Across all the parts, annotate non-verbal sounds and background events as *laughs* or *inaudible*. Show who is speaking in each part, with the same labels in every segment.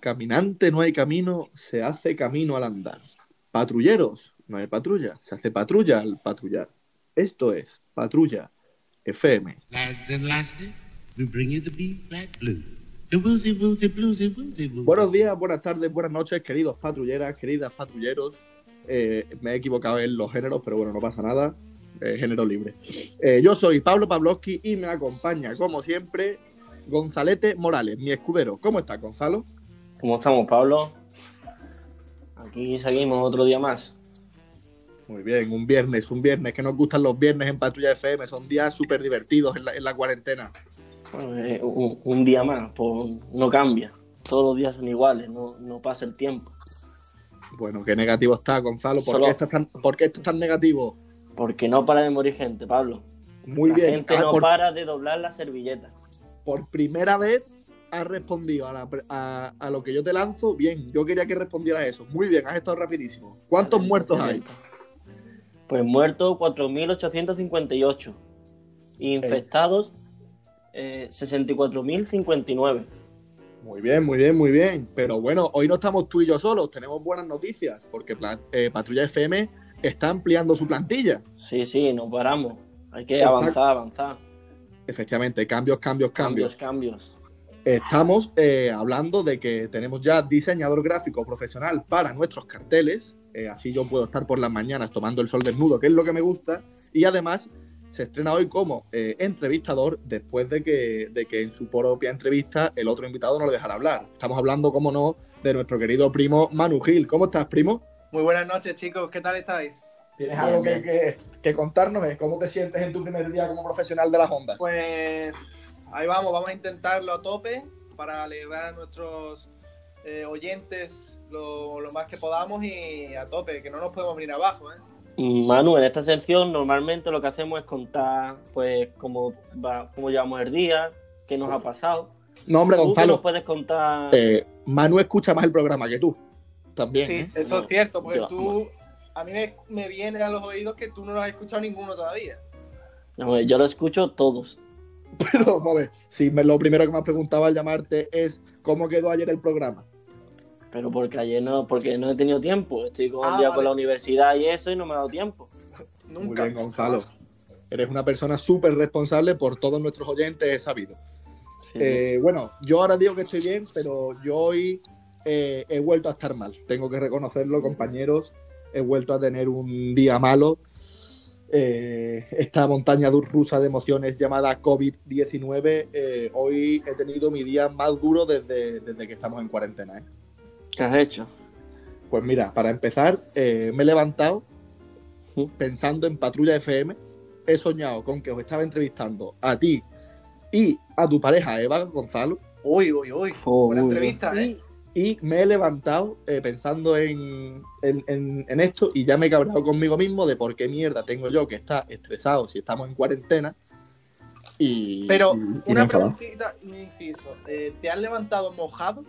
Speaker 1: Caminante no hay camino, se hace camino al andar. Patrulleros, no hay patrulla, se hace patrulla al patrullar. Esto es Patrulla FM.
Speaker 2: Lads and lasses, we bring you the big black blue. The woozy woozy bluesy woozy woozy.
Speaker 1: Buenos días, buenas tardes, buenas noches, queridos patrulleras, queridas patrulleros. Eh, me he equivocado en los géneros, pero bueno, no pasa nada. Eh, género libre. Eh, yo soy Pablo Pavlovsky y me acompaña, como siempre, Gonzalete Morales, mi escudero. ¿Cómo estás, Gonzalo?
Speaker 3: ¿Cómo estamos, Pablo? Aquí seguimos otro día más.
Speaker 1: Muy bien, un viernes, un viernes, que nos gustan los viernes en Patrulla FM, son días súper divertidos en la, en la cuarentena.
Speaker 3: Bueno, eh, un, un día más, pues, no cambia. Todos los días son iguales, no, no pasa el tiempo.
Speaker 1: Bueno, qué negativo está, Gonzalo, ¿por,
Speaker 3: Solo-
Speaker 1: qué estás tan, por qué estás tan negativo?
Speaker 3: Porque no para de morir gente, Pablo.
Speaker 1: Muy
Speaker 3: la
Speaker 1: bien,
Speaker 3: gente
Speaker 1: Ah,
Speaker 3: no
Speaker 1: por,
Speaker 3: para de doblar la servilleta.
Speaker 1: por primera vez has respondido a, la pre- a- a lo que yo te lanzo, bien, yo quería que respondieras eso. Muy bien, has estado rapidísimo. ¿Cuántos muertos hay?
Speaker 3: Pues muertos 4.858. Infectados eh, 64.059.
Speaker 1: Muy bien, muy bien, muy bien. Pero bueno, hoy no estamos tú y yo solos, tenemos buenas noticias, porque Pla- eh, Patrulla FM está ampliando su plantilla.
Speaker 3: Sí, sí, no paramos. Hay que
Speaker 1: Exacto.
Speaker 3: avanzar, avanzar.
Speaker 1: Efectivamente, cambios, cambios, cambios.
Speaker 3: Cambios, cambios.
Speaker 1: Estamos eh, hablando de que tenemos ya diseñador gráfico profesional para nuestros carteles. eh, así yo puedo estar por las mañanas tomando el sol desnudo, que es lo que me gusta. Y además se estrena hoy como eh, entrevistador después de que, de que en su propia entrevista el otro invitado no lo dejara hablar. Estamos hablando, como no, de nuestro querido primo Manu Gil. ¿Cómo estás, primo?
Speaker 4: Muy buenas noches, chicos. ¿Qué tal estáis?
Speaker 1: ¿Tienes
Speaker 3: Bien,
Speaker 1: algo que,
Speaker 3: bien.
Speaker 1: que- que contarnos? eh? ¿Cómo te sientes en tu primer día como profesional de las ondas?
Speaker 4: Pues ahí vamos, vamos a intentarlo a tope para alegrar a nuestros eh, oyentes lo, lo más que podamos y a tope, que no nos podemos venir abajo, ¿eh?
Speaker 3: Manu, en esta sección normalmente lo que hacemos es contar pues cómo, va, cómo llevamos el día, qué nos ha pasado.
Speaker 1: no, hombre,
Speaker 3: ¿Tú qué nos
Speaker 1: Gonzalo.
Speaker 3: puedes contar?
Speaker 1: eh, Manu escucha más el programa que tú. También.
Speaker 4: sí,
Speaker 1: ¿eh?
Speaker 4: eso
Speaker 3: No,
Speaker 4: es cierto, porque
Speaker 3: yo-
Speaker 4: tú, a mí me, me viene a los oídos que tú no lo has escuchado ninguno todavía.
Speaker 3: No, yo lo escucho todos.
Speaker 1: Pero, vamos a ver, si me, lo primero que me has preguntado al llamarte es cómo quedó ayer el programa.
Speaker 3: Pero porque ayer no, porque no he tenido tiempo. Estoy con
Speaker 4: Ah,
Speaker 3: el día con
Speaker 4: vale.
Speaker 3: la universidad y eso y no me ha dado tiempo.
Speaker 4: Nunca.
Speaker 1: Muy bien, Gonzalo. Eres una persona súper responsable por todos nuestros oyentes, he sabido.
Speaker 3: Sí.
Speaker 1: Eh, bueno, yo ahora digo que estoy bien, pero yo hoy eh, he vuelto a estar mal. Tengo que reconocerlo, compañeros. He vuelto a tener un día malo. Eh, esta montaña du- rusa de emociones llamada COVID-19, eh, hoy he tenido mi día más duro desde, desde que estamos en cuarentena. ¿eh?
Speaker 3: ¿Qué has hecho?
Speaker 1: Pues mira, para empezar, eh, me he levantado
Speaker 3: Sí.
Speaker 1: pensando en Patrulla FM. He soñado con que os estaba entrevistando a ti y a tu pareja Eva Gonzalo.
Speaker 4: Uy, uy, uy.
Speaker 3: Oh,
Speaker 4: Buena
Speaker 3: uy,
Speaker 4: entrevista, ¿eh?
Speaker 1: Y me he levantado eh, pensando en, en- en- en esto y ya me he cabreado conmigo mismo de por qué mierda tengo yo que estar estresado si estamos en cuarentena. Y,
Speaker 4: Pero
Speaker 1: y- y me he
Speaker 4: una
Speaker 1: enfadado.
Speaker 4: preguntita, un inciso. Eh, ¿Te has levantado mojado?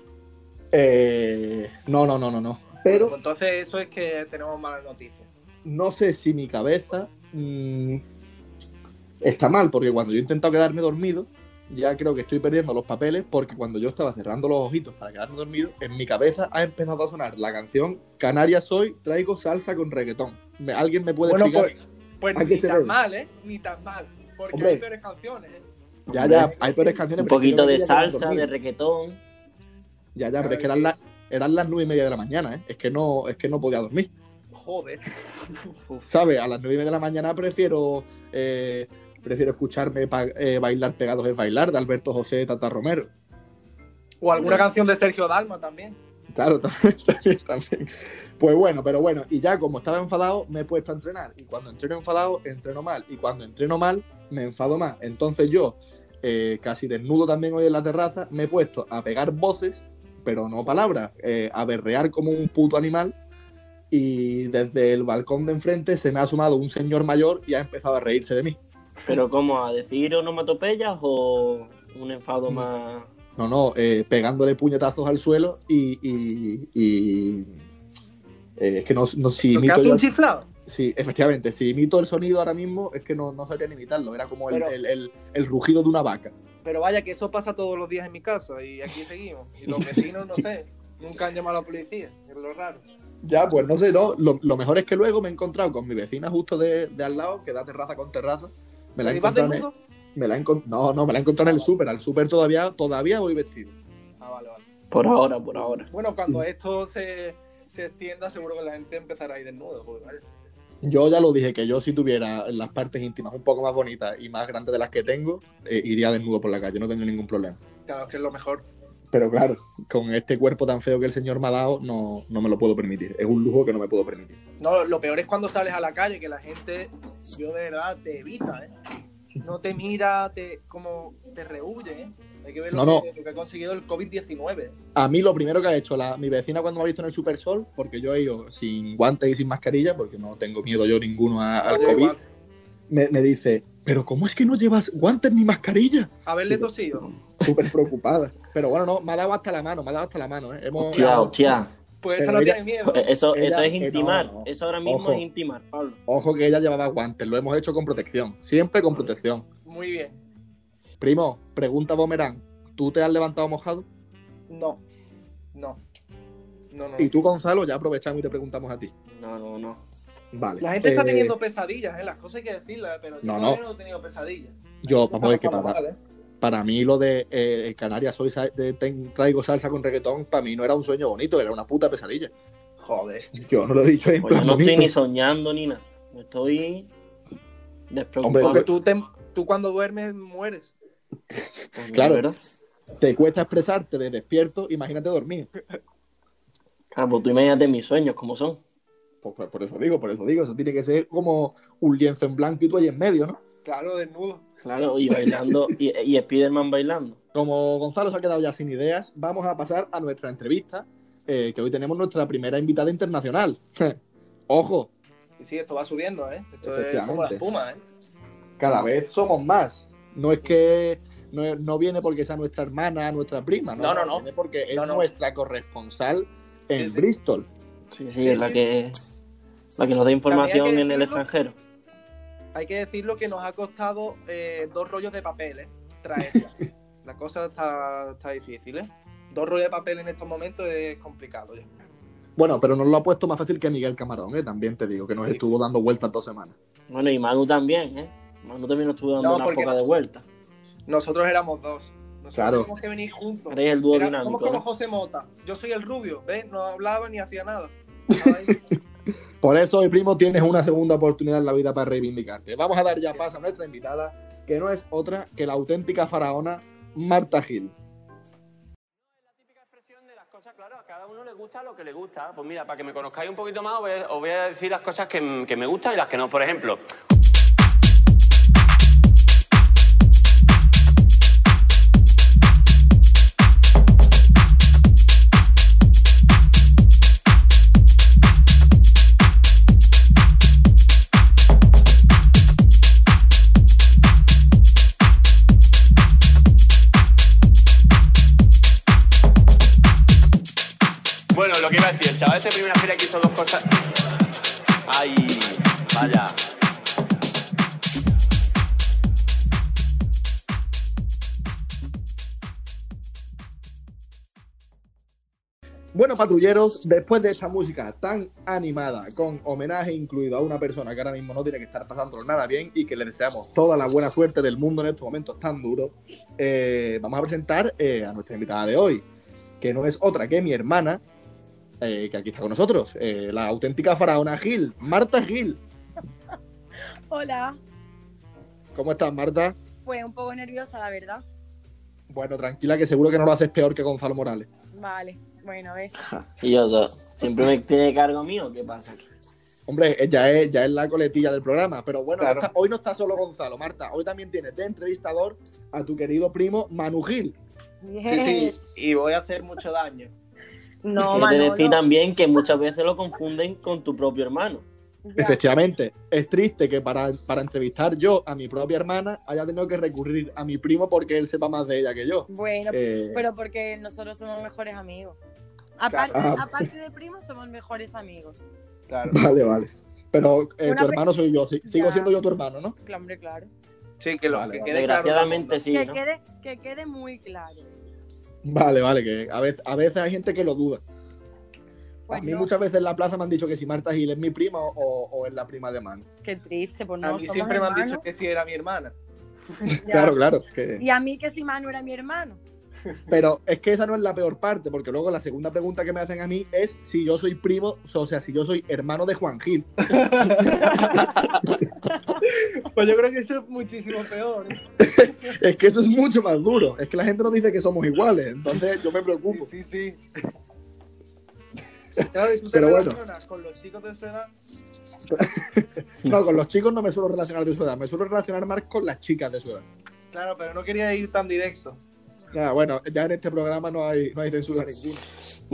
Speaker 1: Eh, no, no, no, no, no. Pero
Speaker 4: Pues Entonces eso es que tenemos malas noticias.
Speaker 1: no sé si mi cabeza mm, está mal, porque cuando yo he intentado quedarme dormido, ya creo que estoy perdiendo los papeles, porque cuando yo estaba cerrando los ojitos para quedarme dormido, en mi cabeza ha empezado a sonar la canción Canarias soy, traigo salsa con reggaetón. Me- ¿Alguien me puede
Speaker 4: Bueno,
Speaker 1: explicar?
Speaker 4: Pues
Speaker 1: ¿A qué
Speaker 4: ni
Speaker 1: se
Speaker 4: tan
Speaker 1: debe?
Speaker 4: mal, ¿eh? Ni tan mal. Porque
Speaker 1: Hombre.
Speaker 4: hay peores canciones, ¿eh?
Speaker 1: ya, ya, hay peores canciones.
Speaker 3: Un
Speaker 1: pero es que yo
Speaker 3: poquito
Speaker 1: me
Speaker 3: de
Speaker 1: quería quedar
Speaker 3: salsa,
Speaker 1: dormido.
Speaker 3: de requetón.
Speaker 1: Ya, ya, pero es que eran las, eran las nueve y media de la mañana, ¿eh? Es que no, es que no podía dormir.
Speaker 4: Joder.
Speaker 1: ¿Sabes? A las 9 de la mañana prefiero eh, prefiero escucharme pa- eh, bailar pegados es bailar de Alberto José Tata Romero.
Speaker 4: O alguna
Speaker 3: Hombre.
Speaker 4: canción de Sergio Dalma también.
Speaker 1: Claro, *laughs* también, también, también. Pues bueno, pero bueno, y ya como estaba enfadado, me he puesto a entrenar. Y cuando entreno enfadado, entreno mal. Y cuando entreno mal, me enfado más. Entonces yo, eh, casi desnudo también hoy en la terraza, me he puesto a pegar voces, pero no palabras, eh, a berrear como un puto animal. Y desde el balcón de enfrente se me ha asomado un señor mayor y ha empezado a reírse de mí.
Speaker 3: Pero ¿cómo? ¿A decir onomatopeyas o un
Speaker 1: Mm.
Speaker 3: enfado más...?
Speaker 1: No, no, eh, pegándole puñetazos al suelo y. y- y, eh, es que no, no si
Speaker 4: ¿Lo que
Speaker 1: imito
Speaker 4: hace
Speaker 1: yo-
Speaker 4: un chiflado?
Speaker 1: sí, efectivamente, si imito el sonido ahora mismo es que no, no sabría ni imitarlo, era como el,
Speaker 4: Pero-
Speaker 1: el- el- el rugido de una vaca. *laughs*
Speaker 4: Pero vaya que eso pasa todos los días en mi casa y aquí seguimos. Y los vecinos, no sé. Nunca han llamado a la policía, es lo raro.
Speaker 1: Ya, pues no sé, no. Lo, lo mejor es que luego me he encontrado con mi vecina justo de, de al lado, que da terraza con terraza. Me la he
Speaker 4: ¿Y vas
Speaker 1: encontrado. en el-
Speaker 4: desnudo?
Speaker 1: Me la he encon- no, no, me la he encontrado en el súper. Al súper todavía, todavía voy vestido.
Speaker 4: Ah, vale, vale.
Speaker 3: Por ahora, por ahora.
Speaker 4: Bueno, cuando esto se, se extienda, seguro que la gente empezará a ir desnudo. Porque, vale.
Speaker 1: Yo ya lo dije, que yo si tuviera las partes íntimas un poco más bonitas y más grandes de las que tengo, eh, iría desnudo por la calle, no tendría ningún problema.
Speaker 4: Claro, es que es lo mejor.
Speaker 1: Pero claro, con este cuerpo tan feo que el señor me ha dado, no, no me lo puedo permitir. Es un lujo que no me puedo permitir.
Speaker 4: No, lo peor es cuando sales a la calle, que la gente, yo de verdad, te evita, ¿eh? No te mira, te como te rehuye, ¿eh? Hay que ver lo,
Speaker 1: No,
Speaker 4: que, lo que ha conseguido el COVID-19. ¿eh?
Speaker 1: A mí lo primero que ha hecho la, mi vecina cuando me ha visto en el Super Sol, porque yo he ido sin guantes y sin mascarilla, porque no tengo miedo yo ninguno a- al
Speaker 4: Yo
Speaker 1: COVID,
Speaker 4: igual.
Speaker 1: me, me dice, pero ¿cómo es que no llevas guantes ni
Speaker 4: *laughs*
Speaker 1: mascarilla?
Speaker 4: Haberle tosido.
Speaker 1: Súper preocupada. Pero bueno, no, me ha dado hasta la mano, me ha dado hasta la mano. ¿eh? Hemos,
Speaker 3: Hostia, hostia.
Speaker 4: Pues esa
Speaker 1: Pero
Speaker 4: no
Speaker 1: ella-
Speaker 4: tiene miedo.
Speaker 3: Eso,
Speaker 1: Ella-
Speaker 3: eso es
Speaker 1: eh, no,
Speaker 3: intimar.
Speaker 1: no.
Speaker 3: Eso ahora mismo
Speaker 1: Ojo.
Speaker 3: es intimar, Pablo.
Speaker 1: Ojo que ella llevaba guantes, lo hemos hecho con protección, siempre con protección.
Speaker 4: Muy bien.
Speaker 1: Primo, pregunta Bomerán, ¿tú te has levantado mojado?
Speaker 4: No. No. No, no.
Speaker 1: Y tú, Gonzalo, ya aprovechamos y te preguntamos a ti.
Speaker 3: No, no, no.
Speaker 1: Vale.
Speaker 4: La gente está
Speaker 1: Eh,
Speaker 4: teniendo pesadillas, ¿eh? Las cosas hay que decirlas, ¿eh? pero yo
Speaker 1: No, no.
Speaker 4: todavía no. he tenido pesadillas.
Speaker 1: Yo, vamos a ver qué
Speaker 4: Está
Speaker 1: pasa.
Speaker 4: mal, ¿eh?
Speaker 1: para mí lo de eh, Canarias soy sa- de- ten- traigo salsa con reggaetón, para mí no era un sueño bonito, era una puta pesadilla. *laughs*
Speaker 4: Joder.
Speaker 1: Yo no lo he dicho en
Speaker 3: Pues yo
Speaker 1: plan
Speaker 3: no estoy
Speaker 1: bonito.
Speaker 3: ni soñando ni nada. Yo estoy despreocupado.
Speaker 1: Hombre,
Speaker 4: Porque Pues tú, te- tú cuando duermes mueres.
Speaker 3: Pues mira,
Speaker 1: claro.
Speaker 3: ¿verdad?
Speaker 1: Te cuesta expresarte de despierto, imagínate dormir.
Speaker 3: Ah, pues tú imagínate mis sueños, ¿cómo son?
Speaker 1: Por, por- por eso digo, por eso digo, eso tiene que ser como un lienzo en blanco y tú ahí en medio, ¿no?
Speaker 4: Claro, desnudo.
Speaker 3: Claro, y *laughs* bailando, y, y Spiderman bailando.
Speaker 1: Como Gonzalo se ha quedado ya sin ideas, vamos a pasar a nuestra entrevista, eh, que hoy tenemos nuestra primera invitada
Speaker 4: *laughs*
Speaker 1: internacional. Ojo,
Speaker 4: Y sí, esto va subiendo, ¿eh? Esto es
Speaker 1: Efectivamente.
Speaker 4: como la espuma, ¿eh? Ah.
Speaker 1: cada vez somos más. No es que no, no viene porque sea nuestra hermana, nuestra prima, no,
Speaker 4: No, no, no.
Speaker 1: Viene porque es
Speaker 4: No, no.
Speaker 1: nuestra corresponsal
Speaker 4: Sí,
Speaker 1: en
Speaker 4: sí.
Speaker 1: Bristol.
Speaker 3: Sí, sí,
Speaker 4: Sí,
Speaker 3: es la
Speaker 4: sí.
Speaker 3: que la que nos da información
Speaker 4: También hay que
Speaker 3: en el
Speaker 4: decirlo.
Speaker 3: extranjero.
Speaker 4: Hay que decirlo que nos ha costado eh, dos rollos de papel, ¿eh?
Speaker 1: *laughs*
Speaker 4: Traerla. la cosa está, está difícil, ¿eh? Dos rollos de papel en estos momentos es complicado eh. ya.
Speaker 1: Bueno, pero nos lo ha puesto más fácil que Miguel Camarón, ¿eh? también te digo, que nos
Speaker 4: Sí.
Speaker 1: estuvo dando vueltas dos semanas.
Speaker 3: Bueno, y Manu también, ¿eh? Manu también nos estuvo dando
Speaker 4: No,
Speaker 3: una
Speaker 4: porque-
Speaker 3: poca de vuelta.
Speaker 4: Nosotros éramos dos. Nosotros
Speaker 1: Claro.
Speaker 4: tenemos que venir juntos.
Speaker 3: Eres el dúo
Speaker 4: Era-
Speaker 3: dinámico,
Speaker 4: somos como
Speaker 3: ¿no?
Speaker 4: José Mota. Yo soy el rubio, ¿ves? No hablaba ni hacía nada. Estaba ahí.
Speaker 1: Por eso hoy, primo, tienes una segunda oportunidad en la vida para reivindicarte. Vamos a dar ya paso a nuestra invitada, que no es otra que la auténtica faraona Marta Gil.
Speaker 5: La típica expresión de las cosas, claro, a cada uno le gusta lo que le gusta. Pues mira, para que me conozcáis un poquito más, os voy a, os voy a decir las cosas que, m- que me gustan y las que no. Por ejemplo, bueno, lo que iba a decir, el chaval este primera fila que hizo dos cosas. Ay, vaya.
Speaker 1: Bueno, patrulleros, después de esta música tan animada, con homenaje incluido a una persona que ahora mismo no tiene que estar pasándolo nada bien y que le deseamos toda la buena suerte del mundo en estos momentos tan duros, eh, vamos a presentar eh, a nuestra invitada de hoy, que no es otra que mi hermana, eh, que aquí está con nosotros, eh, la auténtica faraona Gil, Marta Gil.
Speaker 6: Hola,
Speaker 1: ¿Cómo estás, Marta?
Speaker 6: pues un poco nerviosa la verdad.
Speaker 1: Bueno, tranquila, que seguro que no lo haces peor que Gonzalo Morales.
Speaker 6: Vale, bueno, a ver.
Speaker 3: Y yo, o sea, siempre me tiene cargo mío, ¿qué pasa?
Speaker 1: Hombre, eh, ya es, ya es la coletilla del programa, pero bueno,
Speaker 4: Claro.
Speaker 1: no está- hoy no está solo Gonzalo, Marta, hoy también tienes de entrevistador a tu querido primo Manu Gil.
Speaker 4: Sí, *laughs* sí. Y voy a hacer mucho daño. Eh,
Speaker 6: No,
Speaker 3: He de decir
Speaker 6: Manolo,
Speaker 3: también que muchas veces lo confunden con tu propio hermano.
Speaker 6: ya.
Speaker 1: Efectivamente, es triste que para, para entrevistar yo a mi propia hermana haya tenido que recurrir a mi primo porque él sepa más de ella que yo.
Speaker 6: Bueno,
Speaker 1: Eh,
Speaker 6: pero porque nosotros somos mejores amigos. Aparte,
Speaker 1: Claro. Ah.
Speaker 6: aparte de primos, somos mejores amigos.
Speaker 4: Claro.
Speaker 1: Vale, vale. Pero eh,
Speaker 6: Una
Speaker 1: tu hermano soy yo, si- sigo
Speaker 6: Ya.
Speaker 1: siendo yo tu hermano, ¿no?
Speaker 6: Claro, hombre, claro.
Speaker 4: Sí, que lo
Speaker 1: Vale,
Speaker 4: que
Speaker 1: vale.
Speaker 4: quede claro.
Speaker 3: Desgraciadamente sí,
Speaker 6: que,
Speaker 3: ¿no?
Speaker 6: quede, que quede muy claro.
Speaker 1: Vale, vale, que a veces, a veces hay gente que lo duda. a
Speaker 6: Pues
Speaker 1: mí
Speaker 6: no,
Speaker 1: muchas veces en la plaza me han dicho que si Marta Gil es mi prima o, o es la prima de Manu.
Speaker 6: Qué triste, pues
Speaker 4: a
Speaker 6: no.
Speaker 4: mí
Speaker 6: somos
Speaker 4: siempre me han
Speaker 6: hermanos.
Speaker 4: dicho que sí era mi hermana.
Speaker 6: Ya.
Speaker 1: Claro, claro. que-
Speaker 6: Y a mí que si Manu era mi hermano.
Speaker 1: Pero es que esa no es la peor parte, porque luego la segunda pregunta que me hacen a mí es si yo soy primo, o sea, si yo soy hermano de Juan Gil.
Speaker 4: Pues yo creo que eso es muchísimo peor. ¿eh?
Speaker 1: Es que eso es mucho más duro. Es que la gente nos dice que somos iguales, entonces yo me preocupo.
Speaker 4: Sí, sí. *laughs* Claro, y tú te
Speaker 1: Pero bueno.
Speaker 4: relacionas con los chicos de su edad.
Speaker 1: No, con los chicos no me suelo relacionar de su edad, me suelo relacionar más con las chicas de su edad.
Speaker 4: Claro, pero no quería ir tan directo.
Speaker 1: Nada, bueno, ya en este programa no hay, no hay censura ninguna.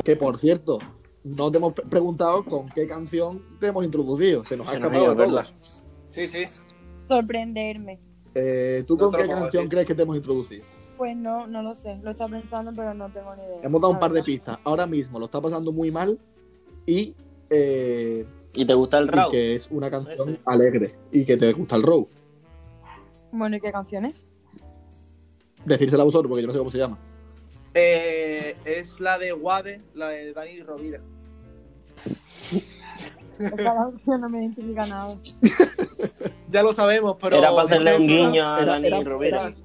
Speaker 1: Que por cierto, no te hemos pre- preguntado con qué canción te hemos introducido. Se nos ha
Speaker 3: Que nos
Speaker 1: escapado
Speaker 3: iba a
Speaker 1: de todo.
Speaker 3: verla.
Speaker 4: Sí, sí.
Speaker 6: Sorprenderme.
Speaker 1: Eh, ¿Tú
Speaker 4: No
Speaker 1: con
Speaker 4: te lo
Speaker 1: qué
Speaker 4: puedo
Speaker 1: canción
Speaker 4: decir.
Speaker 1: crees que te hemos introducido?
Speaker 6: Pues no, no lo sé. Lo estaba pensando, pero no tengo ni idea.
Speaker 1: Hemos dado un
Speaker 6: la
Speaker 1: par de
Speaker 6: verdad.
Speaker 1: pistas. Ahora mismo lo está pasando muy mal y, eh,
Speaker 3: ¿Y te gusta el
Speaker 1: y
Speaker 3: rock?
Speaker 1: que es una canción
Speaker 3: Ese.
Speaker 1: alegre y que te gusta el row.
Speaker 6: Bueno, ¿y qué canciones?
Speaker 1: Decírsela a vosotros porque yo no sé cómo se llama.
Speaker 4: Eh, es la de Wade, la de Dani Rovira.
Speaker 6: Esa canción no me identifica nada.
Speaker 4: Ya lo sabemos, pero.
Speaker 3: Era para hacerle un
Speaker 4: Dices, ¿no?
Speaker 3: guiño a
Speaker 1: Era-
Speaker 3: Ah, Dani
Speaker 1: era-
Speaker 3: Rovira.
Speaker 1: era-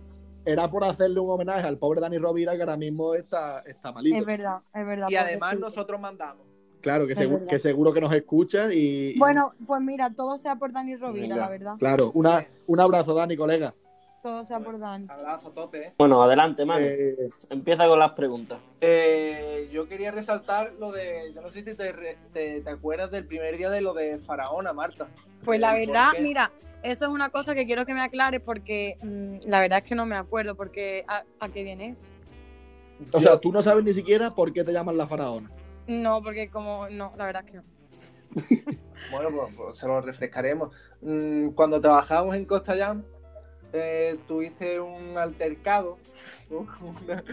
Speaker 1: Era por hacerle un homenaje al pobre Dani Rovira que ahora mismo está, está malito.
Speaker 6: Es verdad, es verdad.
Speaker 4: Y además
Speaker 6: pobrecito.
Speaker 4: nosotros mandamos.
Speaker 1: Claro, que,
Speaker 6: Es
Speaker 1: segu-
Speaker 6: verdad.
Speaker 1: que seguro que nos escucha y... y-
Speaker 6: Bueno, pues mira, todo sea por Dani Rovira,
Speaker 3: Venga.
Speaker 6: la verdad.
Speaker 1: Claro, una, un abrazo Dani, colega.
Speaker 6: Todo sea por Dani.
Speaker 4: Abrazo a tope, ¿eh?
Speaker 3: Bueno, adelante, mano.
Speaker 1: Eh,
Speaker 3: Empieza con las preguntas.
Speaker 4: Eh, yo quería resaltar lo de. Yo no sé si te, re- te, te acuerdas del primer día de lo de Faraona, Marta.
Speaker 6: Pues la
Speaker 4: Eh, ¿por
Speaker 6: verdad,
Speaker 4: qué?
Speaker 6: mira, eso es una cosa que quiero que me aclares porque mm, la verdad es que no me acuerdo porque a, a qué viene eso.
Speaker 1: o sea, tú no sabes ni siquiera por qué te llaman la faraona.
Speaker 6: No, porque como no, la verdad es que no.
Speaker 4: Bueno, pues, pues se lo refrescaremos. Mm, cuando trabajábamos en Costa Jam, eh, tuviste un altercado *laughs* con una,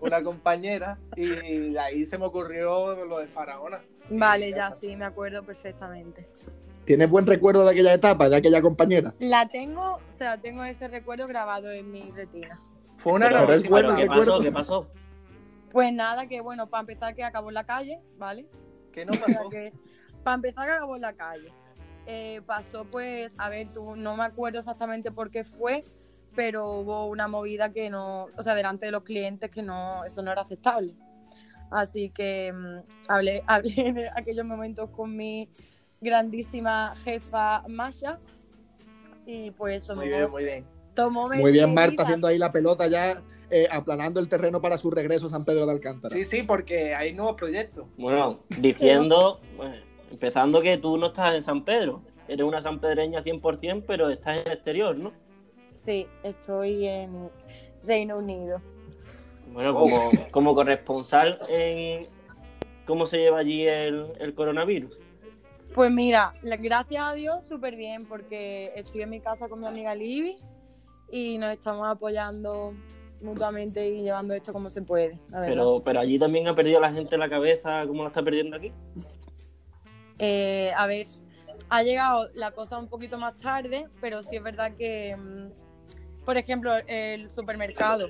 Speaker 4: una compañera y de ahí se me ocurrió lo de Faraona.
Speaker 6: Vale, ya sí, me acuerdo perfectamente.
Speaker 1: ¿Tienes buen recuerdo de aquella etapa, de aquella compañera?
Speaker 6: La tengo, o sea, tengo ese recuerdo grabado en mi retina.
Speaker 4: Fue una
Speaker 1: Pero-
Speaker 4: grabación.
Speaker 1: es buena,
Speaker 3: ¿qué
Speaker 1: recuerdo.
Speaker 3: pasó? ¿Qué pasó?
Speaker 6: Pues nada, que bueno, para empezar que acabó en la calle, ¿vale?
Speaker 4: que
Speaker 6: *laughs*
Speaker 4: no pasó.
Speaker 6: para empezar que acabó en la calle. Eh, pasó pues, a ver, tú no me acuerdo exactamente por qué fue, pero hubo una movida que no, o sea, delante de los clientes que no, eso no era aceptable. Así que mm, hablé, *laughs* hablé en aquellos momentos con mi grandísima jefa Masha y pues *laughs* tomó,
Speaker 4: Muy bien, muy bien.
Speaker 6: tomó
Speaker 1: Muy bien,
Speaker 6: medidas.
Speaker 1: Marta, haciendo ahí la pelota ya, eh, aplanando el terreno para su regreso a San Pedro de Alcántara.
Speaker 4: Sí, sí, porque hay nuevos proyectos.
Speaker 3: Bueno, diciendo, bueno, empezando que tú no estás en San Pedro. Eres una sanpedreña 100%, pero estás en el exterior, ¿no?
Speaker 6: Sí, estoy en Reino Unido.
Speaker 3: Bueno,
Speaker 4: Oh.
Speaker 3: como, como corresponsal en cómo se lleva allí el, el coronavirus.
Speaker 6: Pues mira, la- gracias a Dios, súper bien, porque estoy en mi casa con mi amiga Libby y nos estamos apoyando mutuamente y llevando esto como se puede, la verdad.
Speaker 3: Pero, pero allí también ha perdido la gente la cabeza, como la está perdiendo aquí.
Speaker 6: Eh, a ver, ha llegado la cosa un poquito más tarde, pero sí es verdad que, mm, por ejemplo, el supermercado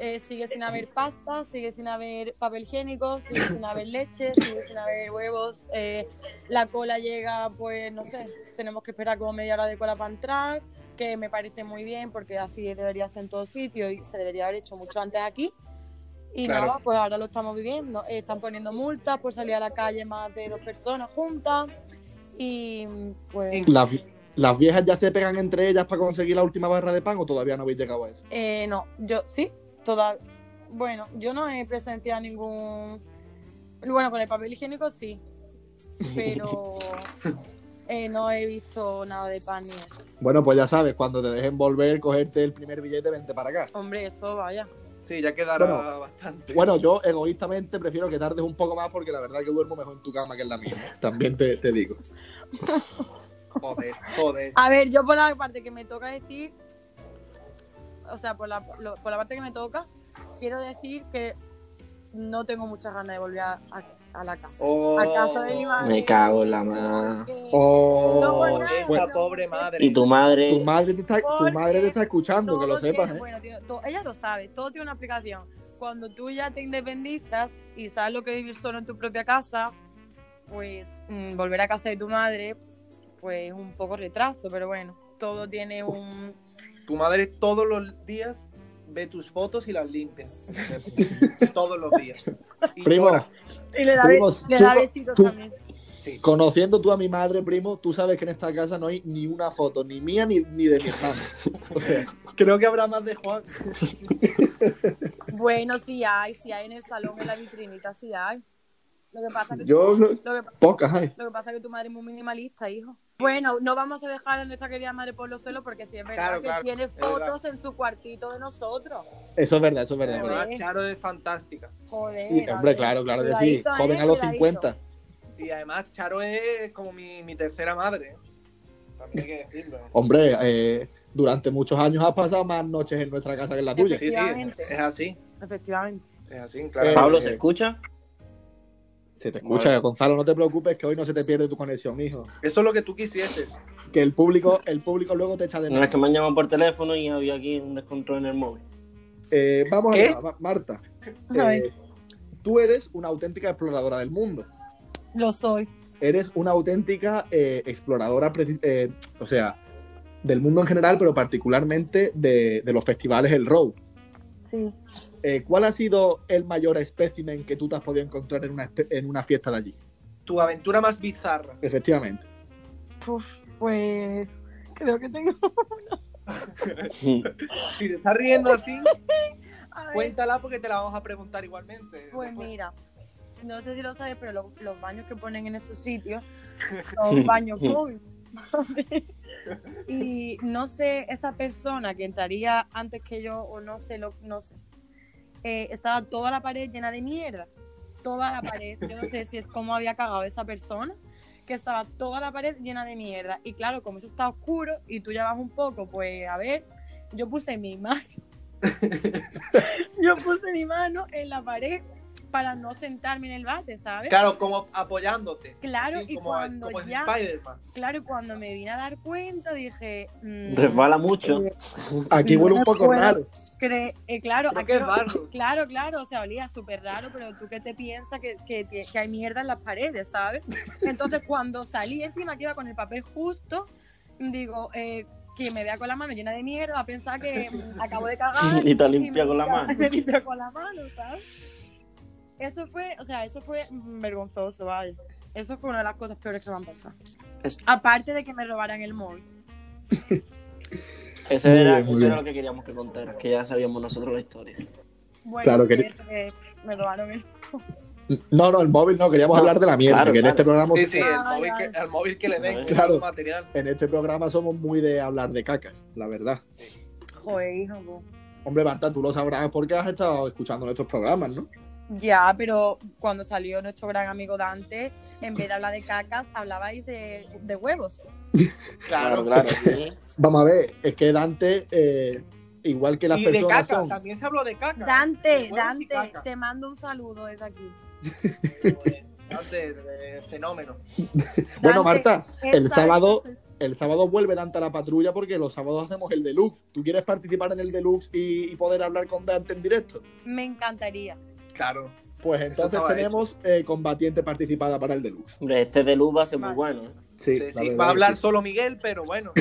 Speaker 6: eh, sigue sin haber pasta, sigue sin haber papel higiénico, sigue sin haber leche, sigue sin haber huevos. eh, la cola llega, pues no sé, tenemos que esperar como media hora de cola para entrar, que me parece muy bien porque así debería ser en todo sitio y se debería haber hecho mucho antes aquí. Y
Speaker 4: Claro.
Speaker 6: nada, pues ahora lo estamos viviendo. Eh, Están poniendo multas por salir a la calle más de dos personas juntas. Y pues
Speaker 1: Las, las viejas ya se pegan entre ellas para conseguir la última barra de pan o todavía no habéis llegado a eso.
Speaker 6: eh, no, yo sí, toda. Bueno, yo no he presenciado ningún. Bueno, con el papel higiénico sí, pero eh, no he visto nada de pan ni eso.
Speaker 1: Bueno, pues ya sabes, cuando te dejen volver, cogerte el primer billete, vente para acá.
Speaker 6: Hombre, eso vaya.
Speaker 4: Sí, ya quedará
Speaker 1: Bueno.
Speaker 4: bastante.
Speaker 1: Bueno, yo egoístamente prefiero que tardes un poco más porque la verdad es que duermo mejor en tu cama que en la mía. ¿eh? También te, te digo.
Speaker 4: Joder, joder.
Speaker 6: A ver, yo por la parte que me toca decir, o sea, por la, lo- por la parte que me toca, quiero decir que no tengo muchas ganas de volver a, a- a la casa. Eh,
Speaker 4: Oh. oh,
Speaker 6: a casa de mi madre.
Speaker 3: Me cago en la madre.
Speaker 6: porque
Speaker 1: oh, O
Speaker 6: No, por nada.
Speaker 4: esa
Speaker 1: pues,
Speaker 4: pobre madre.
Speaker 3: Y tu madre.
Speaker 1: tu madre te está, tu
Speaker 6: Porque
Speaker 1: madre te está escuchando,
Speaker 6: todo
Speaker 1: que lo
Speaker 6: tiene-
Speaker 1: sepas. ¿eh?
Speaker 6: bueno, tiene- todo- ella lo sabe, todo tiene una explicación. cuando tú ya te independizas y sabes lo que es vivir solo en tu propia casa, pues mm, volver a casa de tu madre, pues un poco retraso, pero bueno, todo tiene un...
Speaker 4: Tu madre todos los días ve tus fotos y las limpia. todos los días. Y
Speaker 1: Primo,
Speaker 4: llora.
Speaker 6: Y le da, be-
Speaker 1: Primo,
Speaker 6: le da
Speaker 1: tú-
Speaker 6: besitos
Speaker 1: tú-
Speaker 6: también.
Speaker 4: Sí.
Speaker 1: conociendo tú a mi madre, primo, tú sabes que en esta casa no hay ni una foto, ni mía ni, ni de mi hermano. O sea,
Speaker 6: *laughs*
Speaker 4: Creo que habrá más de Juan.
Speaker 6: Bueno, sí hay, sí hay en el salón, en la vitrinita, sí hay. Lo que pasa es que
Speaker 1: yo no-
Speaker 6: lo que-
Speaker 1: pocas hay.
Speaker 6: Lo que pasa es que tu madre es muy minimalista, hijo. Bueno, no vamos a dejar a nuestra querida madre por los celos porque sí es verdad
Speaker 4: Claro,
Speaker 6: que
Speaker 4: claro,
Speaker 6: tiene
Speaker 4: es verdad.
Speaker 6: fotos en su cuartito de nosotros.
Speaker 1: Eso es verdad, eso es verdad. es verdad.
Speaker 4: Además, Charo es fantástica.
Speaker 1: Sí,
Speaker 6: Joder.
Speaker 1: hombre,
Speaker 6: Gabriel.
Speaker 1: claro, claro que sí.
Speaker 6: Cuidadito, ¿eh?
Speaker 1: Joven a los
Speaker 6: Cuidadito.
Speaker 1: 50.
Speaker 4: Y además, Charo es como mi, mi tercera madre. ¿eh? También hay que decirlo.
Speaker 1: Hombre, eh, durante muchos años has pasado más noches en nuestra casa que en la tuya.
Speaker 4: Sí, sí,
Speaker 6: Efectivamente.
Speaker 4: es así.
Speaker 6: Efectivamente.
Speaker 4: Es así,
Speaker 1: Eh,
Speaker 4: claro.
Speaker 3: Pablo, ¿se escucha?
Speaker 1: Se te escucha, Gonzalo, no te preocupes que hoy no se te pierde tu conexión, hijo.
Speaker 4: Eso es lo que tú quisieses.
Speaker 1: Que el público, el público luego te echa de
Speaker 3: No, es
Speaker 1: menos.
Speaker 3: que me han llamado por teléfono y había aquí un descontrol en el móvil.
Speaker 1: Eh, vamos
Speaker 4: ¿Qué?
Speaker 1: allá, Ma- Marta.
Speaker 6: A
Speaker 1: Eh,
Speaker 6: ver,
Speaker 1: tú eres una auténtica exploradora del mundo.
Speaker 6: Lo soy.
Speaker 1: Eres una auténtica eh, exploradora, preci- eh, o sea, del mundo en general, pero particularmente de, de los festivales El Row.
Speaker 6: Sí.
Speaker 1: Eh, ¿Cuál ha sido el mayor espécimen que tú te has podido encontrar en una, espe- en una fiesta de allí?
Speaker 4: Tu aventura más bizarra.
Speaker 1: Efectivamente.
Speaker 6: Puf, pues creo que tengo.
Speaker 4: Si te estás riendo
Speaker 6: *laughs*
Speaker 4: así,
Speaker 6: A ver,
Speaker 4: cuéntala porque te la vamos a preguntar igualmente.
Speaker 6: pues
Speaker 4: Después.
Speaker 6: mira, no sé si lo sabes, pero lo- los baños que ponen en esos sitios son baños públicos. *laughs* y no sé, esa persona que entraría antes que yo, o no sé, lo, no sé, eh, estaba toda la pared llena de mierda. Toda la pared. Yo no sé si es como había cagado esa persona, que estaba toda la pared llena de mierda. Y claro, como eso está oscuro y tú ya vas un poco, pues a ver, yo puse mi
Speaker 4: *laughs*
Speaker 6: mano. yo puse mi mano en la pared para no sentarme en el bate, ¿sabes?
Speaker 4: Claro, como apoyándote.
Speaker 6: Claro,
Speaker 4: Así
Speaker 6: y
Speaker 4: como,
Speaker 6: cuando
Speaker 4: como en
Speaker 6: ya-
Speaker 4: Spider-Man.
Speaker 6: Claro, cuando me vine a dar cuenta dije, mm,
Speaker 3: Resbala mucho.
Speaker 6: eh,
Speaker 1: Aquí
Speaker 6: No
Speaker 1: huele un
Speaker 6: me
Speaker 1: poco
Speaker 6: puedo.
Speaker 1: raro.
Speaker 6: cre- eh, claro,
Speaker 4: Creo
Speaker 6: aquí
Speaker 4: que es
Speaker 6: no-
Speaker 4: barro.
Speaker 6: claro, claro, o sea, olía súper raro, pero tú qué te piensas que, que tie- que hay mierda en las paredes, ¿sabes? Entonces cuando salí encima que iba con el papel justo, digo, eh, que me vea con la mano llena de mierda, va a pensar que mm, acabo de cagar.
Speaker 3: *laughs* Y te
Speaker 6: me
Speaker 3: limpia con la mano.
Speaker 6: *laughs* Me limpia con la mano, ¿sabes? Eso fue, o sea, eso fue mm, vergonzoso, vaya. Eso fue una de las cosas peores que me han pasado.
Speaker 3: Es-
Speaker 6: Aparte de que me robaran el móvil.
Speaker 3: Eso
Speaker 1: Muy
Speaker 3: era,
Speaker 1: bien, muy
Speaker 3: eso era
Speaker 1: bien.
Speaker 3: lo que queríamos que contaras, que ya sabíamos nosotros la historia.
Speaker 6: Bueno,
Speaker 1: Claro
Speaker 6: sí,
Speaker 1: que-
Speaker 6: es que me robaron el
Speaker 1: No, no, el móvil no, queríamos
Speaker 3: No,
Speaker 1: hablar de la mierda,
Speaker 3: claro,
Speaker 1: que en
Speaker 3: claro.
Speaker 1: este programa
Speaker 4: Sí, sí, el
Speaker 6: Ay,
Speaker 4: móvil
Speaker 6: ay.
Speaker 4: que, el móvil que le den,
Speaker 3: Ay.
Speaker 1: Claro.
Speaker 4: claro. material.
Speaker 1: en este programa somos muy de hablar de cacas, la verdad.
Speaker 6: joder, hijo. po.
Speaker 1: Hombre, Marta, tú lo sabrás porque has estado escuchando nuestros programas, ¿no?
Speaker 6: Ya, pero cuando salió nuestro gran amigo Dante, en vez de hablar de cacas, hablabais de, de huevos.
Speaker 4: Claro,
Speaker 3: sí.
Speaker 1: Vamos a ver, es que Dante, eh, igual que las
Speaker 4: Y de caca,
Speaker 1: personas son.
Speaker 4: también se habló de caca.
Speaker 6: Dante,
Speaker 4: De huevos y
Speaker 6: Dante, *laughs*
Speaker 4: caca.
Speaker 6: te mando un saludo desde aquí.
Speaker 4: Dante, eh, fenómeno.
Speaker 1: Bueno,
Speaker 6: Dante,
Speaker 1: Marta, el
Speaker 6: esa-
Speaker 1: sábado, el sábado vuelve Dante a la patrulla porque los sábados hacemos el deluxe. ¿Tú quieres participar en el deluxe y, y poder hablar con Dante en directo?
Speaker 6: Me encantaría.
Speaker 4: Claro.
Speaker 1: Pues entonces
Speaker 4: estaba
Speaker 1: tenemos eh, combatiente participada para el deluxe.
Speaker 3: Hombre, este de Luz va a ser muy
Speaker 6: Vale.
Speaker 3: bueno. ¿eh?
Speaker 4: Sí,
Speaker 1: la
Speaker 4: sí,
Speaker 1: verdad
Speaker 4: va a
Speaker 1: que
Speaker 4: hablar
Speaker 1: sí.
Speaker 4: solo Miguel, pero
Speaker 1: *laughs*
Speaker 4: bueno.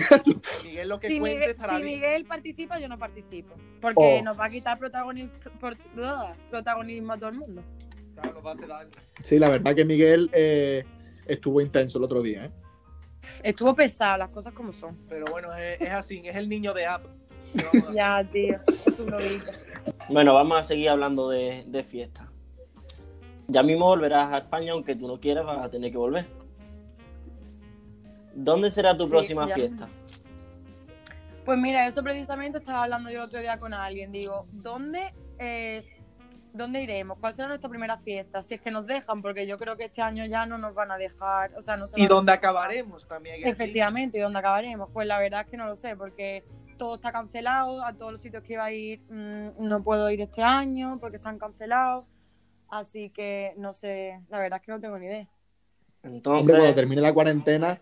Speaker 4: Miguel lo que
Speaker 6: Si,
Speaker 4: cuente
Speaker 6: Miguel,
Speaker 4: estará
Speaker 6: si
Speaker 4: bien.
Speaker 6: Miguel participa, yo no participo. Porque
Speaker 1: Oh.
Speaker 6: nos va a quitar protagoni- por- blah, protagonismo a todo el mundo.
Speaker 4: Claro, nos va a hacer daño.
Speaker 1: Sí, la verdad que Miguel eh, estuvo intenso el otro día, ¿eh?
Speaker 6: Estuvo pesado, las cosas como son.
Speaker 4: Pero bueno, es, es así, es el niño de App. ¿Qué vamos a hacer?
Speaker 6: Ya, tío, es un novito.
Speaker 3: Bueno, vamos a seguir hablando de, de fiesta. Ya mismo volverás a España, aunque tú no quieras, vas a tener que volver. ¿Dónde será tu
Speaker 6: Sí,
Speaker 3: próxima
Speaker 6: ya.
Speaker 3: fiesta?
Speaker 6: Pues mira, eso precisamente estaba hablando yo el otro día con alguien. Digo, ¿dónde, eh, ¿dónde iremos? ¿Cuál será nuestra primera fiesta? Si es que nos dejan, porque yo creo que este año ya no nos van a dejar. O sea, no se
Speaker 4: Y
Speaker 6: va a-
Speaker 4: donde acabaremos también. hay que decir.
Speaker 6: Efectivamente, ¿y dónde acabaremos? Pues la verdad es que no lo sé, porque todo está cancelado, a todos los sitios que iba a ir mm, no puedo ir este año porque están cancelados. Así que no sé, la verdad es que no tengo ni idea.
Speaker 1: Hombre, cuando
Speaker 3: Entonces,
Speaker 1: termine la cuarentena,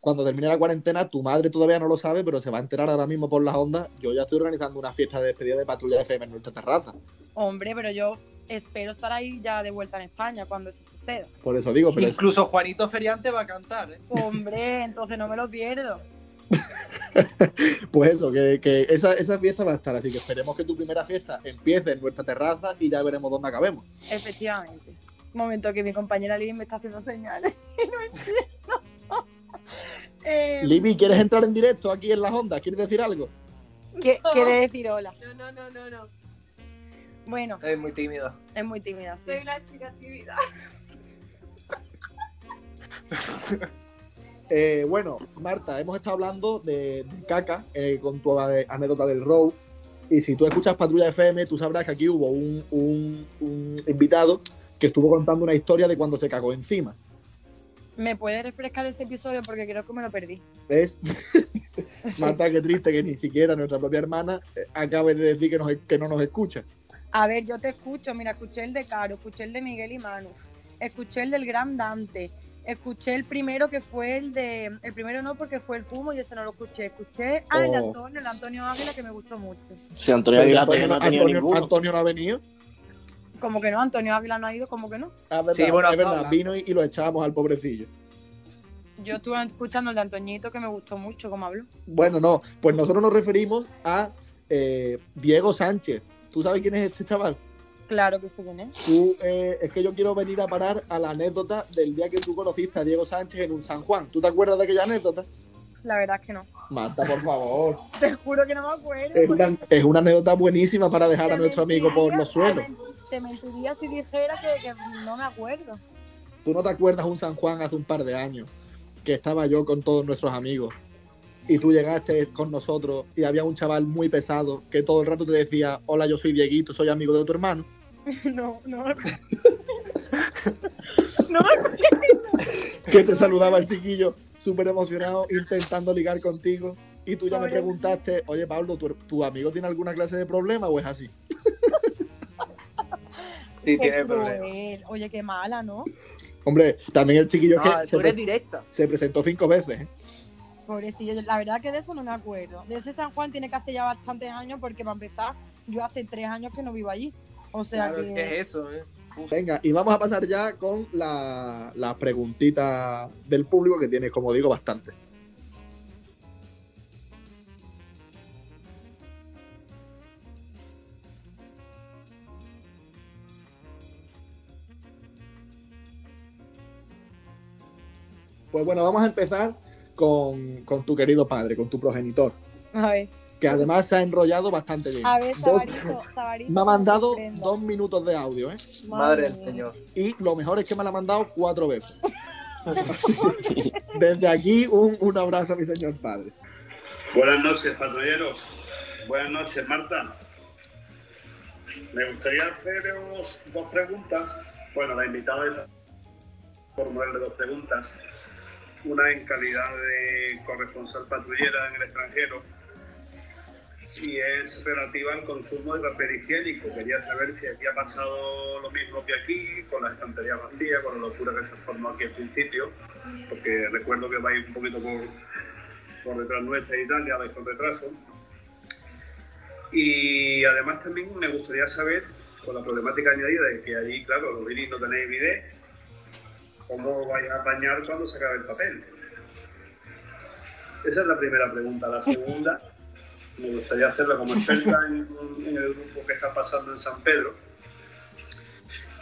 Speaker 1: cuando termine la cuarentena, tu madre todavía no lo sabe, pero se va a enterar ahora mismo por las ondas. Yo ya estoy organizando una fiesta de despedida de patrulla FM en nuestra terraza.
Speaker 6: Hombre, pero yo espero estar ahí ya de vuelta en España cuando eso suceda.
Speaker 1: Por eso digo, pero es-
Speaker 4: Incluso Juanito Feriante va a cantar, ¿eh?
Speaker 6: Hombre, entonces no me lo pierdo.
Speaker 1: pues eso, que, que esa, esa fiesta va a estar. Así que esperemos que tu primera fiesta empiece en nuestra terraza y ya veremos dónde acabemos.
Speaker 6: Efectivamente. Un momento que mi compañera Liz me está haciendo señales. *laughs* no entiendo. *laughs* Eh,
Speaker 1: Libby, ¿quieres entrar en directo aquí en las ondas? ¿Quieres decir algo?
Speaker 6: ¿qué- quiere decir hola.
Speaker 7: No, no, no, no, no.
Speaker 6: Bueno,
Speaker 4: Es muy tímido.
Speaker 6: es muy tímida, sí.
Speaker 7: Soy una chica tímida.
Speaker 1: Eh, bueno, Marta, hemos estado hablando de, de caca eh, con tu ane- anécdota del row. Y si tú escuchas Patrulla FM, tú sabrás que aquí hubo un, un- un invitado que estuvo contando una historia de cuando se cagó encima.
Speaker 6: ¿Me puede refrescar ese episodio? Porque creo que me lo perdí.
Speaker 1: ¿Ves? *laughs* Marta, qué triste que ni siquiera nuestra propia hermana eh, acabe de decir que, nos- que no nos escucha.
Speaker 6: A ver, yo te escucho. Mira, escuché el de Caro, escuché el de Miguel y Manu, escuché el del Gran Dante, escuché el primero que fue el de. El primero no, porque fue el Pumo y ese no lo escuché. Escuché. Ah, el de
Speaker 1: Oh.
Speaker 6: Antonio, el de Antonio Águila que me gustó mucho.
Speaker 3: Si Antonio Aguilar todavía no ha tenido
Speaker 1: Antonio-
Speaker 3: ninguno.
Speaker 1: Antonio no ha venido.
Speaker 6: Como que no, Antonio Águila no ha ido, como que no.
Speaker 1: Ah, verdad,
Speaker 4: Sí, bueno,
Speaker 1: es verdad,
Speaker 4: habla.
Speaker 1: vino y, y lo echábamos al pobrecillo.
Speaker 6: Yo estuve escuchando el de Antoñito que me gustó mucho, como habló.
Speaker 1: Bueno, no, pues nosotros nos referimos a eh, Diego Sánchez. ¿Tú sabes quién es este chaval?
Speaker 6: Claro que sé quién es.
Speaker 1: Tú, eh, es que yo quiero venir a parar a la anécdota del día que tú conociste a Diego Sánchez en un San Juan. ¿Tú te acuerdas de aquella anécdota?
Speaker 6: La verdad es que no.
Speaker 1: Marta, por
Speaker 4: *laughs*
Speaker 1: favor.
Speaker 6: Te juro que no me acuerdo.
Speaker 1: Es
Speaker 6: porque
Speaker 1: una, es una anécdota buenísima para dejar a
Speaker 6: te
Speaker 1: nuestro amigo por
Speaker 6: mentiría-
Speaker 1: los suelos.
Speaker 6: Te mentiría si dijera que, que no me acuerdo.
Speaker 1: Tú no te acuerdas un San Juan hace un par de años, que estaba yo con todos nuestros amigos. Y tú llegaste con nosotros y había un chaval muy pesado que todo el rato te decía, hola, yo soy Dieguito, soy amigo de tu hermano.
Speaker 6: *laughs* No, no me acuerdo. *laughs* no me acuerdo.
Speaker 1: que te saludaba el chiquillo súper emocionado intentando ligar contigo y tú ya me
Speaker 6: Pobre
Speaker 1: preguntaste, oye Pablo, ¿tu, tu amigo tiene alguna clase de problema o es así?
Speaker 4: Sí,
Speaker 6: Qué
Speaker 4: tiene
Speaker 6: cruel.
Speaker 4: problemas.
Speaker 6: Oye, qué mala, ¿no?
Speaker 1: Hombre, también el chiquillo es
Speaker 4: No,
Speaker 1: que se,
Speaker 4: Ah, tú eres
Speaker 1: pre-
Speaker 4: directa.
Speaker 1: se presentó cinco veces. ¿eh?
Speaker 6: Pobrecillo, la verdad que de eso no me acuerdo. De ese San Juan tiene que hacer ya bastantes años porque para empezar, yo hace tres años que no vivo allí. O sea
Speaker 4: Claro,
Speaker 6: que...
Speaker 4: es que es eso, ¿eh?
Speaker 1: Venga, y vamos a pasar ya con la- las preguntitas del público que tiene, como digo, bastante. Pues bueno, vamos a empezar con, con tu querido padre, con tu progenitor,
Speaker 6: A ver,
Speaker 1: que además se ha enrollado bastante bien.
Speaker 6: a ver,
Speaker 1: Dos-
Speaker 6: Sabarito, Sabarito.
Speaker 1: me ha mandado
Speaker 6: sorprenda.
Speaker 1: dos minutos de audio, ¿eh?
Speaker 4: Madre del
Speaker 6: mía.
Speaker 4: Señor.
Speaker 1: Y lo mejor es que me la ha mandado cuatro veces. Desde aquí, un, un abrazo a mi señor padre.
Speaker 8: Buenas noches, patrulleros. Buenas noches, Marta. Me gustaría haceros dos preguntas. Bueno, la invitada es formularle dos preguntas. Una en calidad de corresponsal patrullera en el extranjero y es relativa al consumo de papel higiénico. Quería saber si aquí ha pasado lo mismo que aquí, con las estanterías vacías, con la locura que se formó aquí al principio, porque recuerdo que vais un poquito por, por detrás nuestra Italia, vais con retraso. Y además también me gustaría saber, con la problemática añadida de que allí, claro, los vinis no tenéis bidet, cómo vais a apañar cuando se acabe el papel. Esa es la primera pregunta. La segunda, me gustaría hacerla como experta en, en el grupo que está pasando en San Pedro.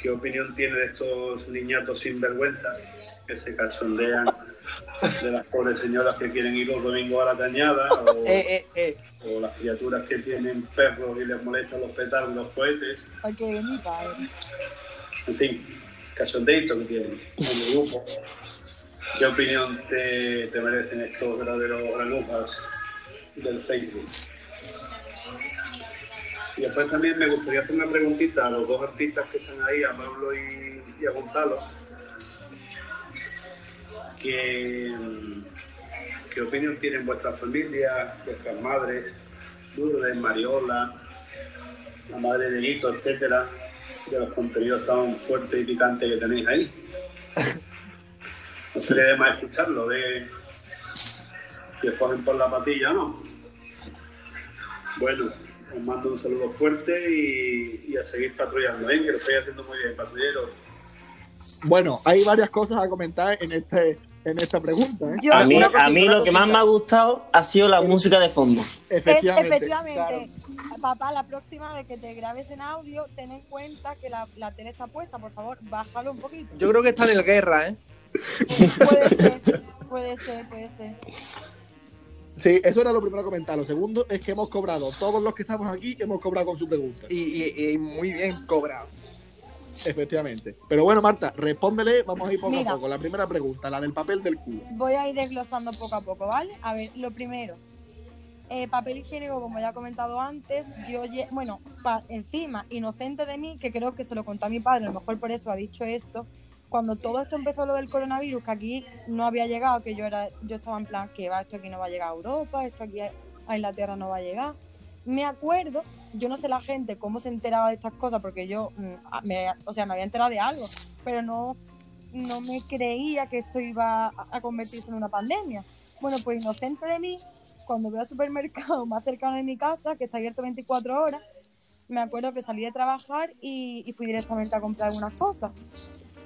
Speaker 8: ¿Qué opinión tiene de estos niñatos sinvergüenzas que se cachondean de las pobres señoras que quieren ir los domingos a la cañada o,
Speaker 4: Eh, eh, eh.
Speaker 8: o las criaturas que tienen perros y les molestan los petardos, los cohetes?
Speaker 6: Ay, qué bien, mi padre.
Speaker 8: En fin, cachondeitos que tienen en el grupo. ¿Qué opinión te, te merecen estos verdaderos granujas del Facebook? Y después también me gustaría hacer una preguntita a los dos artistas que están ahí, a Pablo y, y a Gonzalo, que, qué opinión tienen vuestras familias, vuestras madres, Lourdes, Mariola, la madre de Guito, etcétera, de los contenidos tan fuertes y picantes que tenéis ahí. No sería de más escucharlo, de y os cogen por la patilla, ¿no? Bueno, os mando un saludo fuerte y, y a seguir patrullando, ¿eh? Que lo estáis haciendo muy bien, patrulleros.
Speaker 1: Bueno, hay varias cosas a comentar en, este, en esta pregunta. ¿eh?
Speaker 6: Yo-
Speaker 3: A mí,
Speaker 6: una
Speaker 3: a mí
Speaker 1: una
Speaker 3: lo que más me ha gustado ha sido la música de fondo.
Speaker 6: Es-
Speaker 1: Efectivamente.
Speaker 6: Efectivamente. Papá, la próxima vez que te grabes en audio, ten en cuenta que la, la tele está puesta, por favor, bájalo un poquito.
Speaker 4: Yo creo que está en el guerra, ¿eh?
Speaker 6: Puede ser, puede ser, puede ser.
Speaker 1: Sí, eso era lo primero a comentar. Lo segundo es que hemos cobrado, todos los que estamos aquí hemos cobrado con su pregunta.
Speaker 4: Y, y- y muy bien cobrado.
Speaker 1: Efectivamente. Pero bueno, Marta, respóndele, vamos a ir poco
Speaker 6: Mira.
Speaker 1: a poco. La primera pregunta, la del papel del culo.
Speaker 6: Voy a ir desglosando poco a poco, ¿vale? A ver, lo primero. eh, papel higiénico, como ya he comentado antes, yo, lle- bueno, pa- encima, inocente de mí, que creo que se lo contó a mi padre, a lo mejor por eso ha dicho esto, cuando todo esto empezó lo del coronavirus, que aquí no había llegado, que yo era, yo estaba en plan, que va, esto aquí no va a llegar a Europa, esto aquí a, a Inglaterra no va a llegar. Me acuerdo, yo no sé la gente cómo se enteraba de estas cosas, porque yo, mm, a- me- o sea, me había enterado de algo, pero no, no me creía que esto iba a- a convertirse en una pandemia. Bueno, pues inocente de mí, cuando veo al supermercado *laughs* más cercano de mi casa, que está abierto 24 horas, me acuerdo que salí de trabajar y, y fui directamente a comprar unas cosas.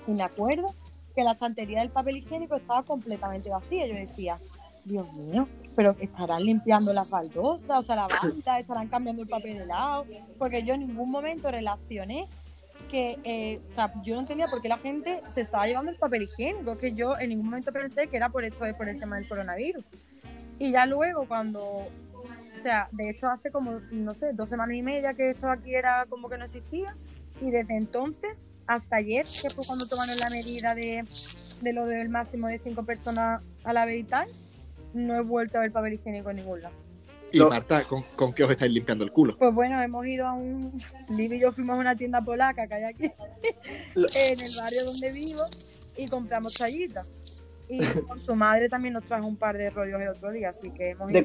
Speaker 6: Y me acuerdo que la estantería del papel higiénico estaba completamente vacía. Yo decía, Dios mío, pero que estarán limpiando las baldosas, o sea, la banda, estarán cambiando el papel de lado, porque yo en ningún momento relacioné que, eh, o sea, yo no entendía por qué la gente se estaba llevando el papel higiénico, que yo en ningún momento pensé que era por esto, por el tema del coronavirus. Y ya luego cuando, o sea, de hecho hace como, no sé, dos semanas y media que esto aquí era como que no existía, y desde entonces hasta ayer, que fue cuando tomaron la medida de, de lo del máximo de cinco personas a la vez y tal, no he vuelto a ver papel higiénico en ningún lado.
Speaker 1: Y
Speaker 4: Lo-
Speaker 1: Marta, ¿con, con qué os estáis limpiando el culo?
Speaker 6: Pues bueno, hemos ido a un. *laughs* Liv y yo fuimos a una tienda polaca que hay aquí, *laughs*
Speaker 4: Lo-
Speaker 6: en el barrio donde vivo, y compramos tallitas. Y con su madre también nos trajo un par de rollos el otro día, así que hemos
Speaker 4: De
Speaker 6: ido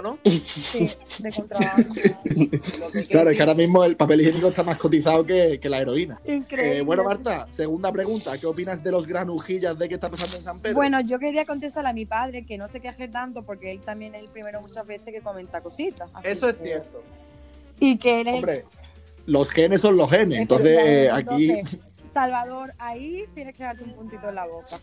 Speaker 1: *laughs*
Speaker 4: ¿no?
Speaker 6: sí, de contrabando.
Speaker 4: Lo que hay que
Speaker 1: Claro, es
Speaker 4: decir.
Speaker 1: que ahora mismo el papel higiénico está más cotizado que, que la heroína.
Speaker 6: Increíble.
Speaker 1: Eh, bueno, Marta, segunda pregunta. ¿Qué opinas de los granujillas de que está pasando en San Pedro?
Speaker 6: Bueno, yo quería contestarle a mi padre que no se queje tanto porque él también es el primero muchas veces que comenta cositas. así
Speaker 4: Eso es
Speaker 6: que-
Speaker 4: cierto.
Speaker 6: Y que él es el
Speaker 1: hombre, los genes son los genes. Entonces, eh, aquí.
Speaker 6: Entonces, Salvador, ahí tienes que darte un puntito en la boca.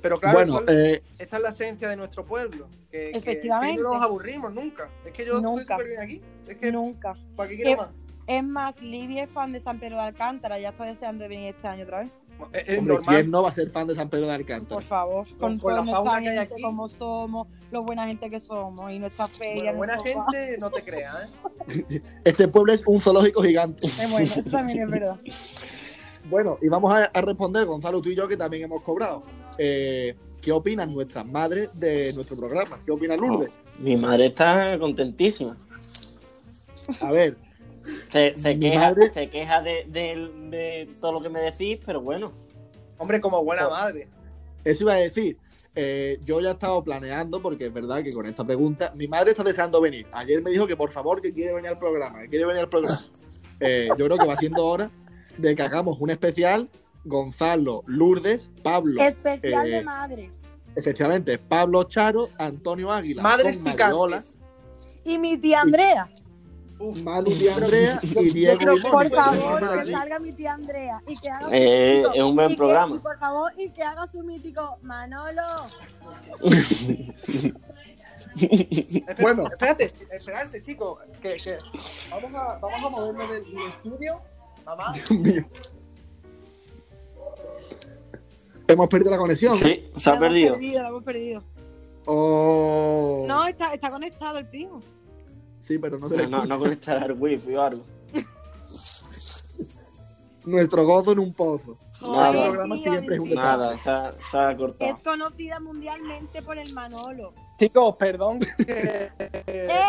Speaker 4: Pero claro,
Speaker 1: bueno,
Speaker 4: esto-
Speaker 1: eh,
Speaker 4: esta es la esencia de nuestro pueblo. Que, que-
Speaker 6: Efectivamente.
Speaker 4: que no nos aburrimos nunca. Es que yo
Speaker 6: Nunca. Eh,
Speaker 4: estoy súper bien aquí. Es que,
Speaker 6: Nunca.
Speaker 4: ¿para qué quiero
Speaker 6: Que-
Speaker 4: más?
Speaker 6: Es más, Livia es fan de San Pedro de Alcántara, ya está deseando de venir este año otra vez.
Speaker 4: Es, es
Speaker 1: hombre,
Speaker 4: normal.
Speaker 1: ¿quién no va a ser fan de San Pedro de
Speaker 6: Por
Speaker 1: Alcántara?
Speaker 6: favor,
Speaker 4: con
Speaker 6: con,
Speaker 4: la
Speaker 6: toda nuestra
Speaker 4: fauna que hay
Speaker 6: gente,
Speaker 4: aquí.
Speaker 6: como somos, lo buena gente que somos y nuestra
Speaker 4: Bueno,
Speaker 6: feria.
Speaker 4: buena
Speaker 6: nuestro-
Speaker 4: gente, no te creas, ¿eh?
Speaker 1: Este pueblo es un zoológico gigante.
Speaker 3: *laughs*
Speaker 6: Eh, bueno, eso también es verdad.
Speaker 1: Bueno, y vamos a, a responder, Gonzalo, tú y yo, que también hemos cobrado. Eh, ¿Qué opinan nuestras madres de nuestro programa? ¿Qué opina Lourdes?
Speaker 3: Mi madre está contentísima.
Speaker 1: A ver,
Speaker 3: Se, se
Speaker 1: Mi
Speaker 3: queja,
Speaker 1: madre-
Speaker 3: se queja de, de- de todo lo que me decís, pero bueno.
Speaker 4: Hombre, como buena
Speaker 1: Oh.
Speaker 4: madre.
Speaker 1: eso iba a decir. Eh, yo ya he estado planeando, porque es verdad que con esta pregunta, mi madre está deseando venir. Ayer me dijo que por favor, que quiere venir al programa, que quiere venir al programa. Eh, yo creo que va siendo hora de que hagamos un especial. Gonzalo, Lourdes, Pablo,
Speaker 6: Especial
Speaker 1: Eh,
Speaker 6: de madres.
Speaker 1: efectivamente, Pablo Charo, Antonio Águila,
Speaker 4: Madres
Speaker 1: con Mariola,
Speaker 4: picantes.
Speaker 6: Y mi tía Andrea,
Speaker 4: Uf,
Speaker 1: Manu y Andrea y Diego.
Speaker 4: creo
Speaker 1: y
Speaker 4: que-
Speaker 1: Mónica.
Speaker 6: por
Speaker 4: sí,
Speaker 6: favor,
Speaker 4: madre.
Speaker 6: que salga mi tía Andrea y que haga su
Speaker 3: Eh,
Speaker 6: mítico.
Speaker 3: es un buen
Speaker 6: Y que-
Speaker 3: programa.
Speaker 6: y por favor, y que haga su mítico Manolo.
Speaker 4: Espera-
Speaker 1: Bueno.
Speaker 4: espérate, espérate, chicos. Que, que vamos, a, vamos a movernos del, del estudio. Mamá,
Speaker 1: mío. Hemos perdido la conexión.
Speaker 3: Sí, se ha
Speaker 6: Lo hemos
Speaker 3: perdido.
Speaker 6: perdido. Lo hemos perdido.
Speaker 1: Oh.
Speaker 6: No, está, está conectado el primo.
Speaker 1: Sí, pero no se le
Speaker 3: No, no,
Speaker 1: escucha.
Speaker 3: no conectar al wifi o algo.
Speaker 1: Nuestro gozo en un pozo.
Speaker 3: Nada.
Speaker 1: Este programa
Speaker 6: tío,
Speaker 1: siempre es un
Speaker 6: mentira.
Speaker 1: desastre.
Speaker 3: Nada, se ha, se ha
Speaker 6: Es
Speaker 3: cortado.
Speaker 6: conocida mundialmente por el Manolo.
Speaker 4: chicos, perdón.
Speaker 6: *laughs*
Speaker 4: Que,
Speaker 6: ¡Eh,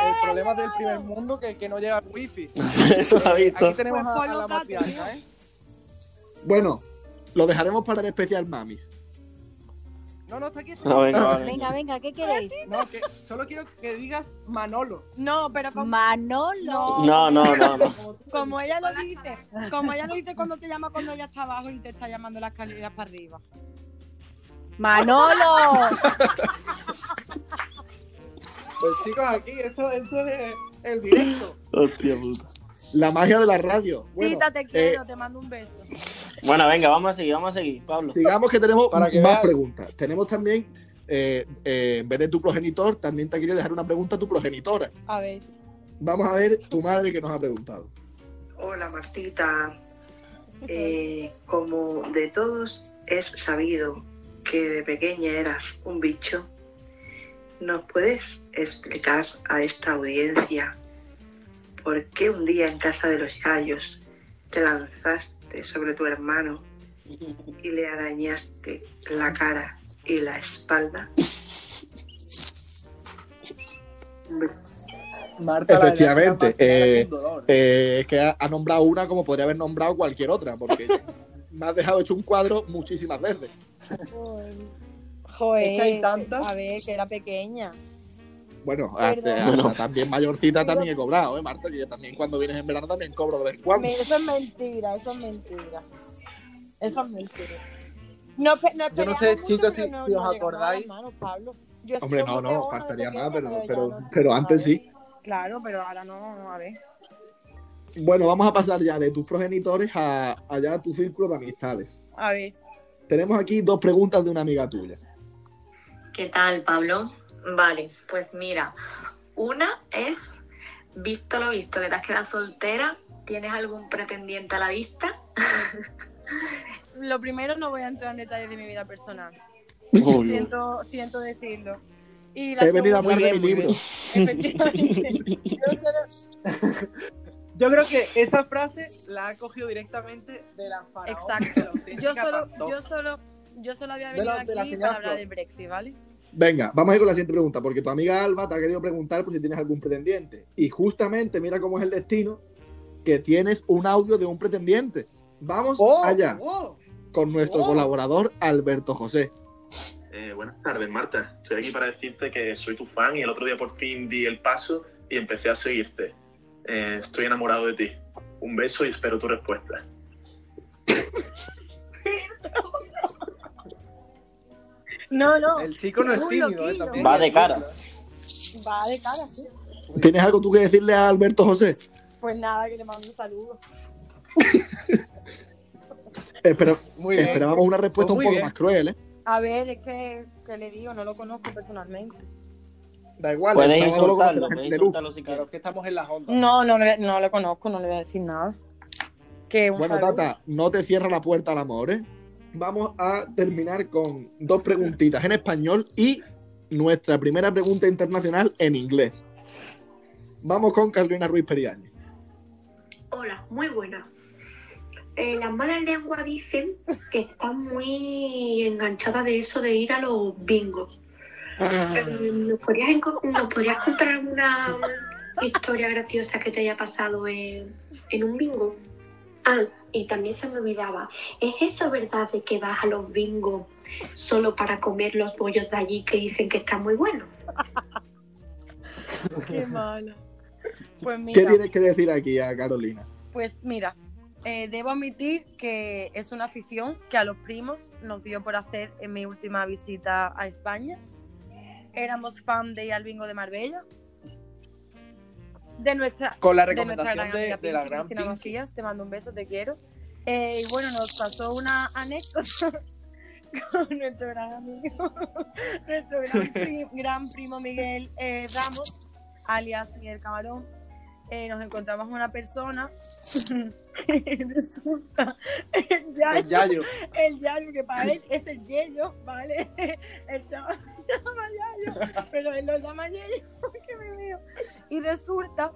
Speaker 4: el problema del
Speaker 6: llegado!
Speaker 4: primer mundo que, que no llega el wifi.
Speaker 3: *laughs* *laughs* Eso lo ha visto.
Speaker 4: Aquí tenemos
Speaker 6: Pues
Speaker 4: a, a
Speaker 6: pon
Speaker 4: la
Speaker 6: los datos,
Speaker 4: matriarca, ¿eh?
Speaker 1: Bueno, lo dejaremos para el especial Mamis.
Speaker 4: No, no, está aquí. está
Speaker 3: No, eh.
Speaker 4: aquí.
Speaker 3: venga, vale.
Speaker 9: Venga, venga, ¿qué queréis?
Speaker 4: No, que, solo quiero que digas Manolo.
Speaker 6: No, pero como,
Speaker 9: Manolo.
Speaker 3: No, no, no, no.
Speaker 6: como ella lo dice, como ella lo dice cuando te llama cuando ella está abajo y te está llamando las escaleras para arriba.
Speaker 9: Manolo.
Speaker 4: Pues chicos, aquí, esto, esto es el directo.
Speaker 3: Hostia puta.
Speaker 1: La magia de la radio. Bueno,
Speaker 6: Tita, te
Speaker 1: eh,
Speaker 6: quiero, te mando un beso.
Speaker 3: Bueno, venga, vamos a seguir, vamos a seguir, Pablo.
Speaker 1: Sigamos que tenemos
Speaker 4: Para que
Speaker 1: más
Speaker 4: veas.
Speaker 1: preguntas. Tenemos también, eh, eh, en vez de tu progenitor, también te quiero dejar una pregunta a tu progenitora.
Speaker 6: A ver.
Speaker 1: Vamos a ver tu madre que nos ha preguntado.
Speaker 10: Hola Martita, Eh, como de todos es sabido que de pequeña eras un bicho, ¿nos puedes explicar a esta audiencia por qué un día en casa de los Yayos te lanzaste sobre tu hermano y le arañaste la cara y la espalda? Un beso.
Speaker 4: Marta, la verdad,
Speaker 1: Efectivamente,
Speaker 4: es que la
Speaker 1: eh,
Speaker 4: pasada con dolor.
Speaker 1: Eh, es que ha, ha nombrado una como podría haber nombrado cualquier otra,
Speaker 6: *laughs*
Speaker 1: porque me has dejado hecho un cuadro muchísimas veces.
Speaker 6: Joder,
Speaker 4: Es que hay tantas.
Speaker 6: a ver, que era pequeña.
Speaker 1: Bueno, hasta-
Speaker 6: Perdón.
Speaker 1: hasta
Speaker 3: Bueno.
Speaker 1: también mayorcita también he cobrado, ¿eh, Marta? Que yo también cuando vienes en verano también cobro de vez en cuando.
Speaker 6: Me- eso es mentira, eso es mentira. Eso es mentira. No, pe- no
Speaker 4: Yo no sé,
Speaker 6: peleamos mucho,
Speaker 4: chicos,
Speaker 6: pero
Speaker 4: si- si os
Speaker 6: llegamos a las
Speaker 4: acordáis.
Speaker 6: manos, Pablo. Yo he
Speaker 1: Hombre,
Speaker 6: sido
Speaker 1: no,
Speaker 6: muy
Speaker 1: no,
Speaker 6: peona de
Speaker 1: pasaría
Speaker 6: pequeña,
Speaker 1: nada, pero,
Speaker 6: ya
Speaker 1: pero,
Speaker 6: no.
Speaker 1: pero antes
Speaker 6: A
Speaker 1: sí.
Speaker 6: ver, Claro, pero ahora no, a ver.
Speaker 1: Bueno, vamos a pasar ya de tus progenitores a, allá a tu círculo de amistades.
Speaker 6: A ver.
Speaker 1: Tenemos aquí dos preguntas de una amiga tuya.
Speaker 7: ¿Qué tal, Pablo? Vale, pues mira, una es, visto lo visto, que te has quedado soltera, ¿tienes algún pretendiente a la vista?
Speaker 6: Lo primero, no voy a entrar en detalles de mi vida personal. Siento, siento decirlo. Y la
Speaker 1: He venido a
Speaker 6: segunda-
Speaker 1: hablar de mi libro.
Speaker 6: Efectivamente. Yo solo-
Speaker 4: Yo creo que esa frase la ha cogido directamente de la faraona.
Speaker 6: Exacto.
Speaker 4: de la auténtica
Speaker 6: Yo solo,
Speaker 4: Pandora.
Speaker 6: yo solo, yo solo había
Speaker 4: De
Speaker 6: venido
Speaker 4: la- de la
Speaker 6: aquí
Speaker 4: señora
Speaker 6: para hablar
Speaker 4: Flor.
Speaker 6: del Brexit, ¿vale?
Speaker 1: Venga, vamos a ir con la siguiente pregunta, porque tu amiga Alba te ha querido preguntar por si tienes algún pretendiente. Y justamente, mira cómo es el destino, que tienes un audio de un pretendiente. Vamos
Speaker 4: ¡Oh!
Speaker 1: allá
Speaker 4: ¡Oh!
Speaker 1: con nuestro
Speaker 4: oh.
Speaker 1: colaborador Alberto José.
Speaker 8: Eh, buenas tardes, Marta. Estoy aquí para decirte que soy tu fan y el otro día por fin di el paso y empecé a seguirte. Eh, estoy enamorado de ti. Un beso y espero tu respuesta.
Speaker 6: No, no.
Speaker 4: El chico no es
Speaker 6: Un
Speaker 4: tímido, ¿eh?
Speaker 6: loquillo.
Speaker 4: También
Speaker 3: Va
Speaker 4: es
Speaker 3: de cara.
Speaker 4: tímido, ¿eh?
Speaker 6: Va de cara, sí.
Speaker 1: ¿Tienes algo tú que decirle a Alberto José?
Speaker 6: Pues nada, que le mando un saludo.
Speaker 1: Espera-
Speaker 4: Muy bien.
Speaker 1: esperábamos una respuesta un
Speaker 4: Pues muy
Speaker 1: poco
Speaker 4: bien.
Speaker 1: más cruel, ¿eh?
Speaker 6: A ver, es que, que le digo, no lo conozco personalmente.
Speaker 1: Da igual.
Speaker 3: Puedes
Speaker 1: estamos hablando con la
Speaker 3: insultarlo,
Speaker 1: gente
Speaker 3: puedes
Speaker 1: de luz.
Speaker 3: insultarlo si
Speaker 4: Pero
Speaker 3: quieres.
Speaker 4: es que estamos en las ondas.
Speaker 6: No, no, le- no lo conozco, no le voy a decir nada. Que un
Speaker 1: Bueno,
Speaker 6: saludo.
Speaker 1: Tata, no te cierra la puerta al amor, ¿eh? Vamos a terminar con dos preguntitas en español y nuestra primera pregunta internacional en inglés. Vamos con Carolina Ruiz Periáñez.
Speaker 10: Hola, muy buena. Eh, las malas lenguas dicen que estás muy enganchada de eso de ir a los bingos. Eh, ¿Nos podrías, enco- nos podrías contar alguna historia graciosa que te haya pasado en, en un bingo? Ah, y también se me olvidaba, ¿es eso verdad de que vas a los bingos solo para comer los bollos de allí que dicen que están muy buenos?
Speaker 6: Qué malo. Pues mira.
Speaker 1: ¿Qué tienes que decir aquí a Carolina?
Speaker 6: Pues mira, eh, debo admitir que es una afición que a los primos nos dio por hacer en mi última visita a España. Éramos fan de ir al bingo de Marbella. De nuestra,
Speaker 4: Con la
Speaker 6: de nuestra
Speaker 4: recomendación
Speaker 6: gran
Speaker 4: de, de
Speaker 6: amiga
Speaker 4: la
Speaker 6: Pinky,
Speaker 4: gran
Speaker 6: Cristina
Speaker 4: Pinky.
Speaker 6: Macías, te mando un beso, te quiero. Eh, y bueno, nos pasó una anécdota *laughs* con nuestro gran amigo, *laughs* nuestro gran, pri- gran primo Miguel eh, Ramos, alias Miguel Camarón. Eh, nos encontramos una persona *laughs* y resulta *laughs* el
Speaker 4: El
Speaker 6: yayo,
Speaker 4: Yayo.
Speaker 6: el yayo, que para él es el yello, ¿vale? *laughs* El chaval se llama yayo, pero él lo llama yello, *laughs* que me veo. Y resulta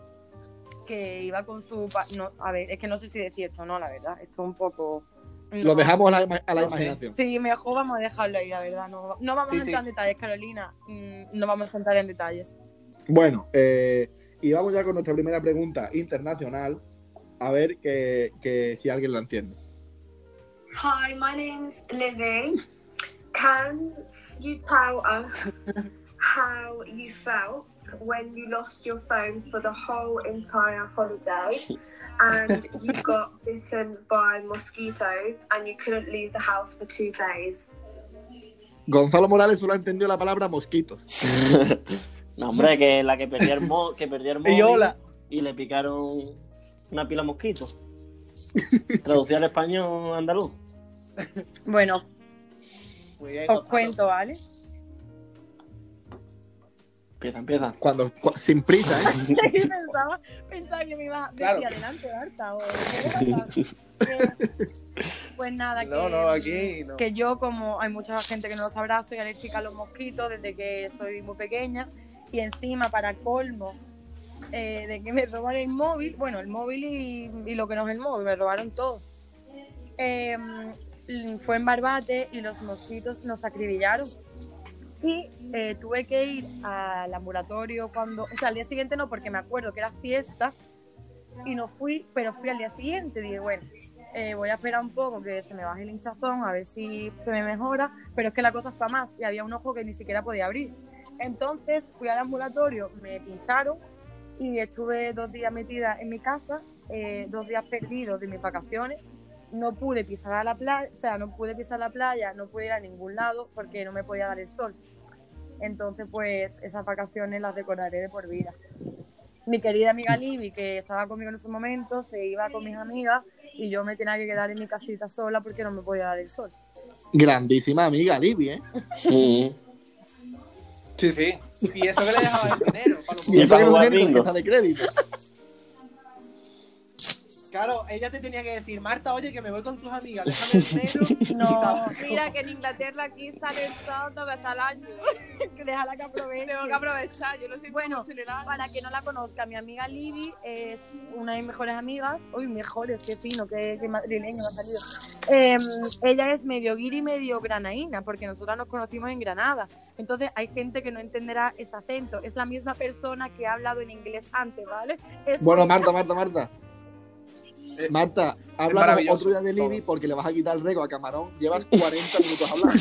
Speaker 6: que iba con su... pa- No, a ver, es que no sé si decir esto, no, la verdad, esto es un poco...
Speaker 1: Lo
Speaker 6: no.
Speaker 1: dejamos a la, ima- a la
Speaker 4: No sé.
Speaker 1: imaginación.
Speaker 6: Sí, mejor vamos a dejarlo ahí, la verdad. No, no vamos
Speaker 4: Sí,
Speaker 6: a entrar
Speaker 4: sí.
Speaker 6: en detalles, Carolina. Mm, No vamos a entrar en detalles.
Speaker 1: Bueno, eh, y vamos ya con nuestra primera pregunta internacional. A ver que, que si alguien la entiende.
Speaker 7: Hi, my name's Lizzie. Can you tell us how you felt when you lost your phone for the whole entire holiday and you got bitten by mosquitoes and you couldn't leave the house for two days?
Speaker 1: Gonzalo Morales solo entendió la palabra mosquitos.
Speaker 3: No, hombre, que la que perdió el, mo que perdió el móvil
Speaker 1: Y hola.
Speaker 3: *laughs* y le picaron una pila mosquito. Traducida al español andaluz.
Speaker 6: Bueno,
Speaker 4: Muy bien,
Speaker 6: os cuento, ¿vale?
Speaker 3: Empieza, empieza.
Speaker 1: Cuando, cu- sin prisa, ¿eh?
Speaker 6: *laughs* pensaba, pensaba que me ibas a decir
Speaker 4: Claro.
Speaker 6: adelante,
Speaker 4: *laughs*
Speaker 6: Marta. o- o- Pues nada,
Speaker 4: No,
Speaker 6: que,
Speaker 4: no, aquí no.
Speaker 6: que yo, como hay mucha gente que no lo sabrá, soy alérgica a los mosquitos desde que soy muy pequeña. Y encima, para colmo, eh, de que me roban el móvil, bueno, el móvil y, y lo que no es el móvil, me robaron todo. Eh, mm, fue en Barbate y los mosquitos nos acribillaron. Y eh, tuve que ir al ambulatorio cuando, o sea, al día siguiente no, porque me acuerdo que era fiesta y no fui, pero fui al día siguiente. Dije, bueno, eh, voy a esperar un poco que se me baje el hinchazón, a ver si se me mejora, pero es que la cosa fue a más y había un ojo que ni siquiera podía abrir. Entonces fui al ambulatorio, me pincharon y estuve dos días metida en mi casa, eh, dos días perdidos de mis vacaciones. No pude pisar a la playa, o sea, no pude pisar la playa, no pude ir a ningún lado porque no me podía dar el sol. Entonces, pues esas vacaciones las recordaré de por vida. Mi querida amiga Libby, que estaba conmigo en ese momento, se iba con mis amigas y yo me tenía que quedar en mi casita sola porque no me podía dar el sol.
Speaker 1: Grandísima amiga Libby, ¿eh?
Speaker 3: *laughs* Sí.
Speaker 4: Sí, sí. Y eso que *laughs* le dejaba el dinero. para los
Speaker 1: Y eso que no
Speaker 3: vamos al
Speaker 1: tiene
Speaker 3: bingo.
Speaker 1: tarjeta de crédito.
Speaker 4: Claro, ella te tenía que decir, Marta, oye, que me voy con tus *laughs* amigas, déjame el dinero. *laughs* y
Speaker 6: No,
Speaker 4: tal.
Speaker 9: Mira que en Inglaterra aquí sale el sábado hasta el año.
Speaker 6: que *laughs* déjala que aproveche.
Speaker 9: Tengo que aprovechar, yo lo siento
Speaker 6: Bueno,
Speaker 9: mucho en el alma.
Speaker 6: Para que no la conozca, mi amiga Libby es una de mis mejores amigas. Uy, mejores, qué fino, qué, qué madrileño me ha salido. Em, ella es medio guiri y medio granaína, porque nosotras nos conocimos en Granada. Entonces hay gente que no entenderá ese acento. Es la misma persona que ha hablado en inglés antes, ¿vale? Es-
Speaker 1: Bueno, Marta, Marta, Marta. Marta, habla
Speaker 4: maravilloso.
Speaker 1: otro día de Libby porque le vas a quitar el rego a Camarón. Llevas 40 minutos hablando.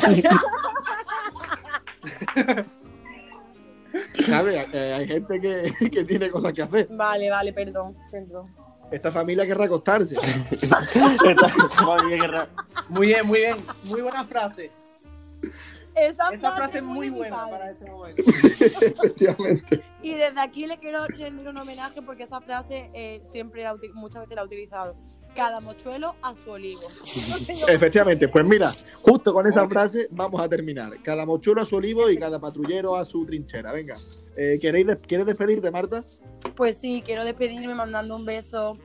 Speaker 1: ¿Sabes? Eh, hay gente que, que tiene cosas que hacer.
Speaker 6: Vale, vale, perdón, perdón.
Speaker 1: Esta familia querrá acostarse.
Speaker 3: Está- está bien, qué ra-
Speaker 4: Muy bien, muy bien. Muy buena frase.
Speaker 6: Esa,
Speaker 4: Esa frase es muy
Speaker 6: de mi
Speaker 4: buena
Speaker 6: padre.
Speaker 4: para este momento.
Speaker 1: Efectivamente.
Speaker 6: Y desde aquí le quiero rendir un homenaje porque esa frase eh, siempre la uti- muchas veces la he utilizado. Cada mochuelo a su olivo.
Speaker 1: *laughs*
Speaker 6: *laughs*
Speaker 1: Efectivamente. Pues mira, justo con esa
Speaker 4: Oye.
Speaker 1: frase vamos a terminar. Cada mochuelo a su olivo y cada patrullero a su trinchera. Venga. Eh, ¿queréis des- ¿Quieres despedirte, Marta?
Speaker 6: Pues sí, quiero despedirme mandando un beso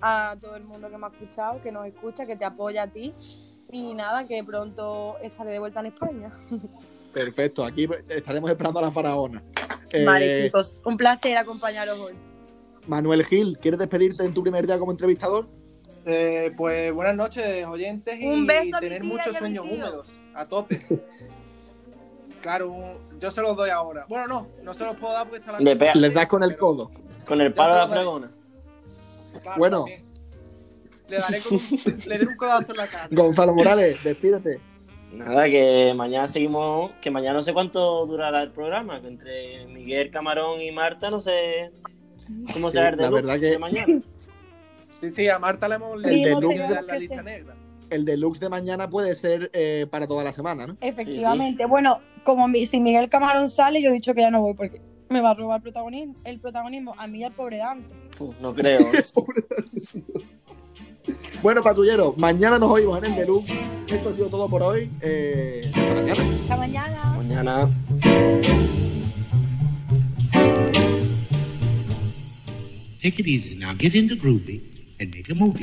Speaker 6: a todo el mundo que me ha escuchado, que nos escucha, que te apoya a ti. Y nada, que pronto estaré de vuelta en España.
Speaker 1: Perfecto. Aquí estaremos esperando a la faraona. Eh,
Speaker 6: Vale, chicos, un placer acompañaros hoy.
Speaker 1: Manuel Gil, ¿quieres despedirte en tu primer día como entrevistador?
Speaker 4: Eh, pues buenas noches, oyentes, y
Speaker 6: Un beso a mi
Speaker 4: tener
Speaker 6: tía
Speaker 4: muchos
Speaker 6: y a mi
Speaker 4: sueños
Speaker 6: tío.
Speaker 4: húmedos, a tope. Claro, un- yo se los doy ahora. Bueno, no, no se los puedo dar porque está la
Speaker 3: Le pega.
Speaker 1: Les das con el codo.
Speaker 3: Con el palo de la
Speaker 4: Ya se lo
Speaker 3: fregona.
Speaker 4: Claro,
Speaker 1: Bueno.
Speaker 4: también. Le daré con un- le daré un codazo en la cara.
Speaker 1: Gonzalo Morales, *laughs* despídete.
Speaker 3: Nada, que mañana seguimos, que mañana no sé cuánto durará el programa, que entre Miguel, Camarón y Marta, no sé cómo
Speaker 1: Sí,
Speaker 3: será el
Speaker 1: la
Speaker 3: de, luz
Speaker 1: verdad que- *laughs*
Speaker 3: de mañana.
Speaker 4: Sí, sí, a Marta le hemos
Speaker 1: El
Speaker 4: le hemos
Speaker 1: deluxe
Speaker 4: metido
Speaker 6: tenemos
Speaker 4: en la
Speaker 6: que
Speaker 4: lista
Speaker 6: ser.
Speaker 4: negra.
Speaker 1: El deluxe de mañana puede ser eh, para toda la semana, ¿no?
Speaker 6: Efectivamente. Bueno, como mi- si Miguel Camarón sale, yo he dicho que ya no voy porque me va a robar protagonismo, el protagonismo a mí y al pobre Dante.
Speaker 3: Uf, no creo.
Speaker 1: Bueno, patrullero, mañana nos oímos en el deluxe. Esto ha sido todo por hoy. Eh, hasta mañana.
Speaker 9: Hasta mañana.
Speaker 3: mañana.
Speaker 2: Take it easy now. Get into groovy and make a movie.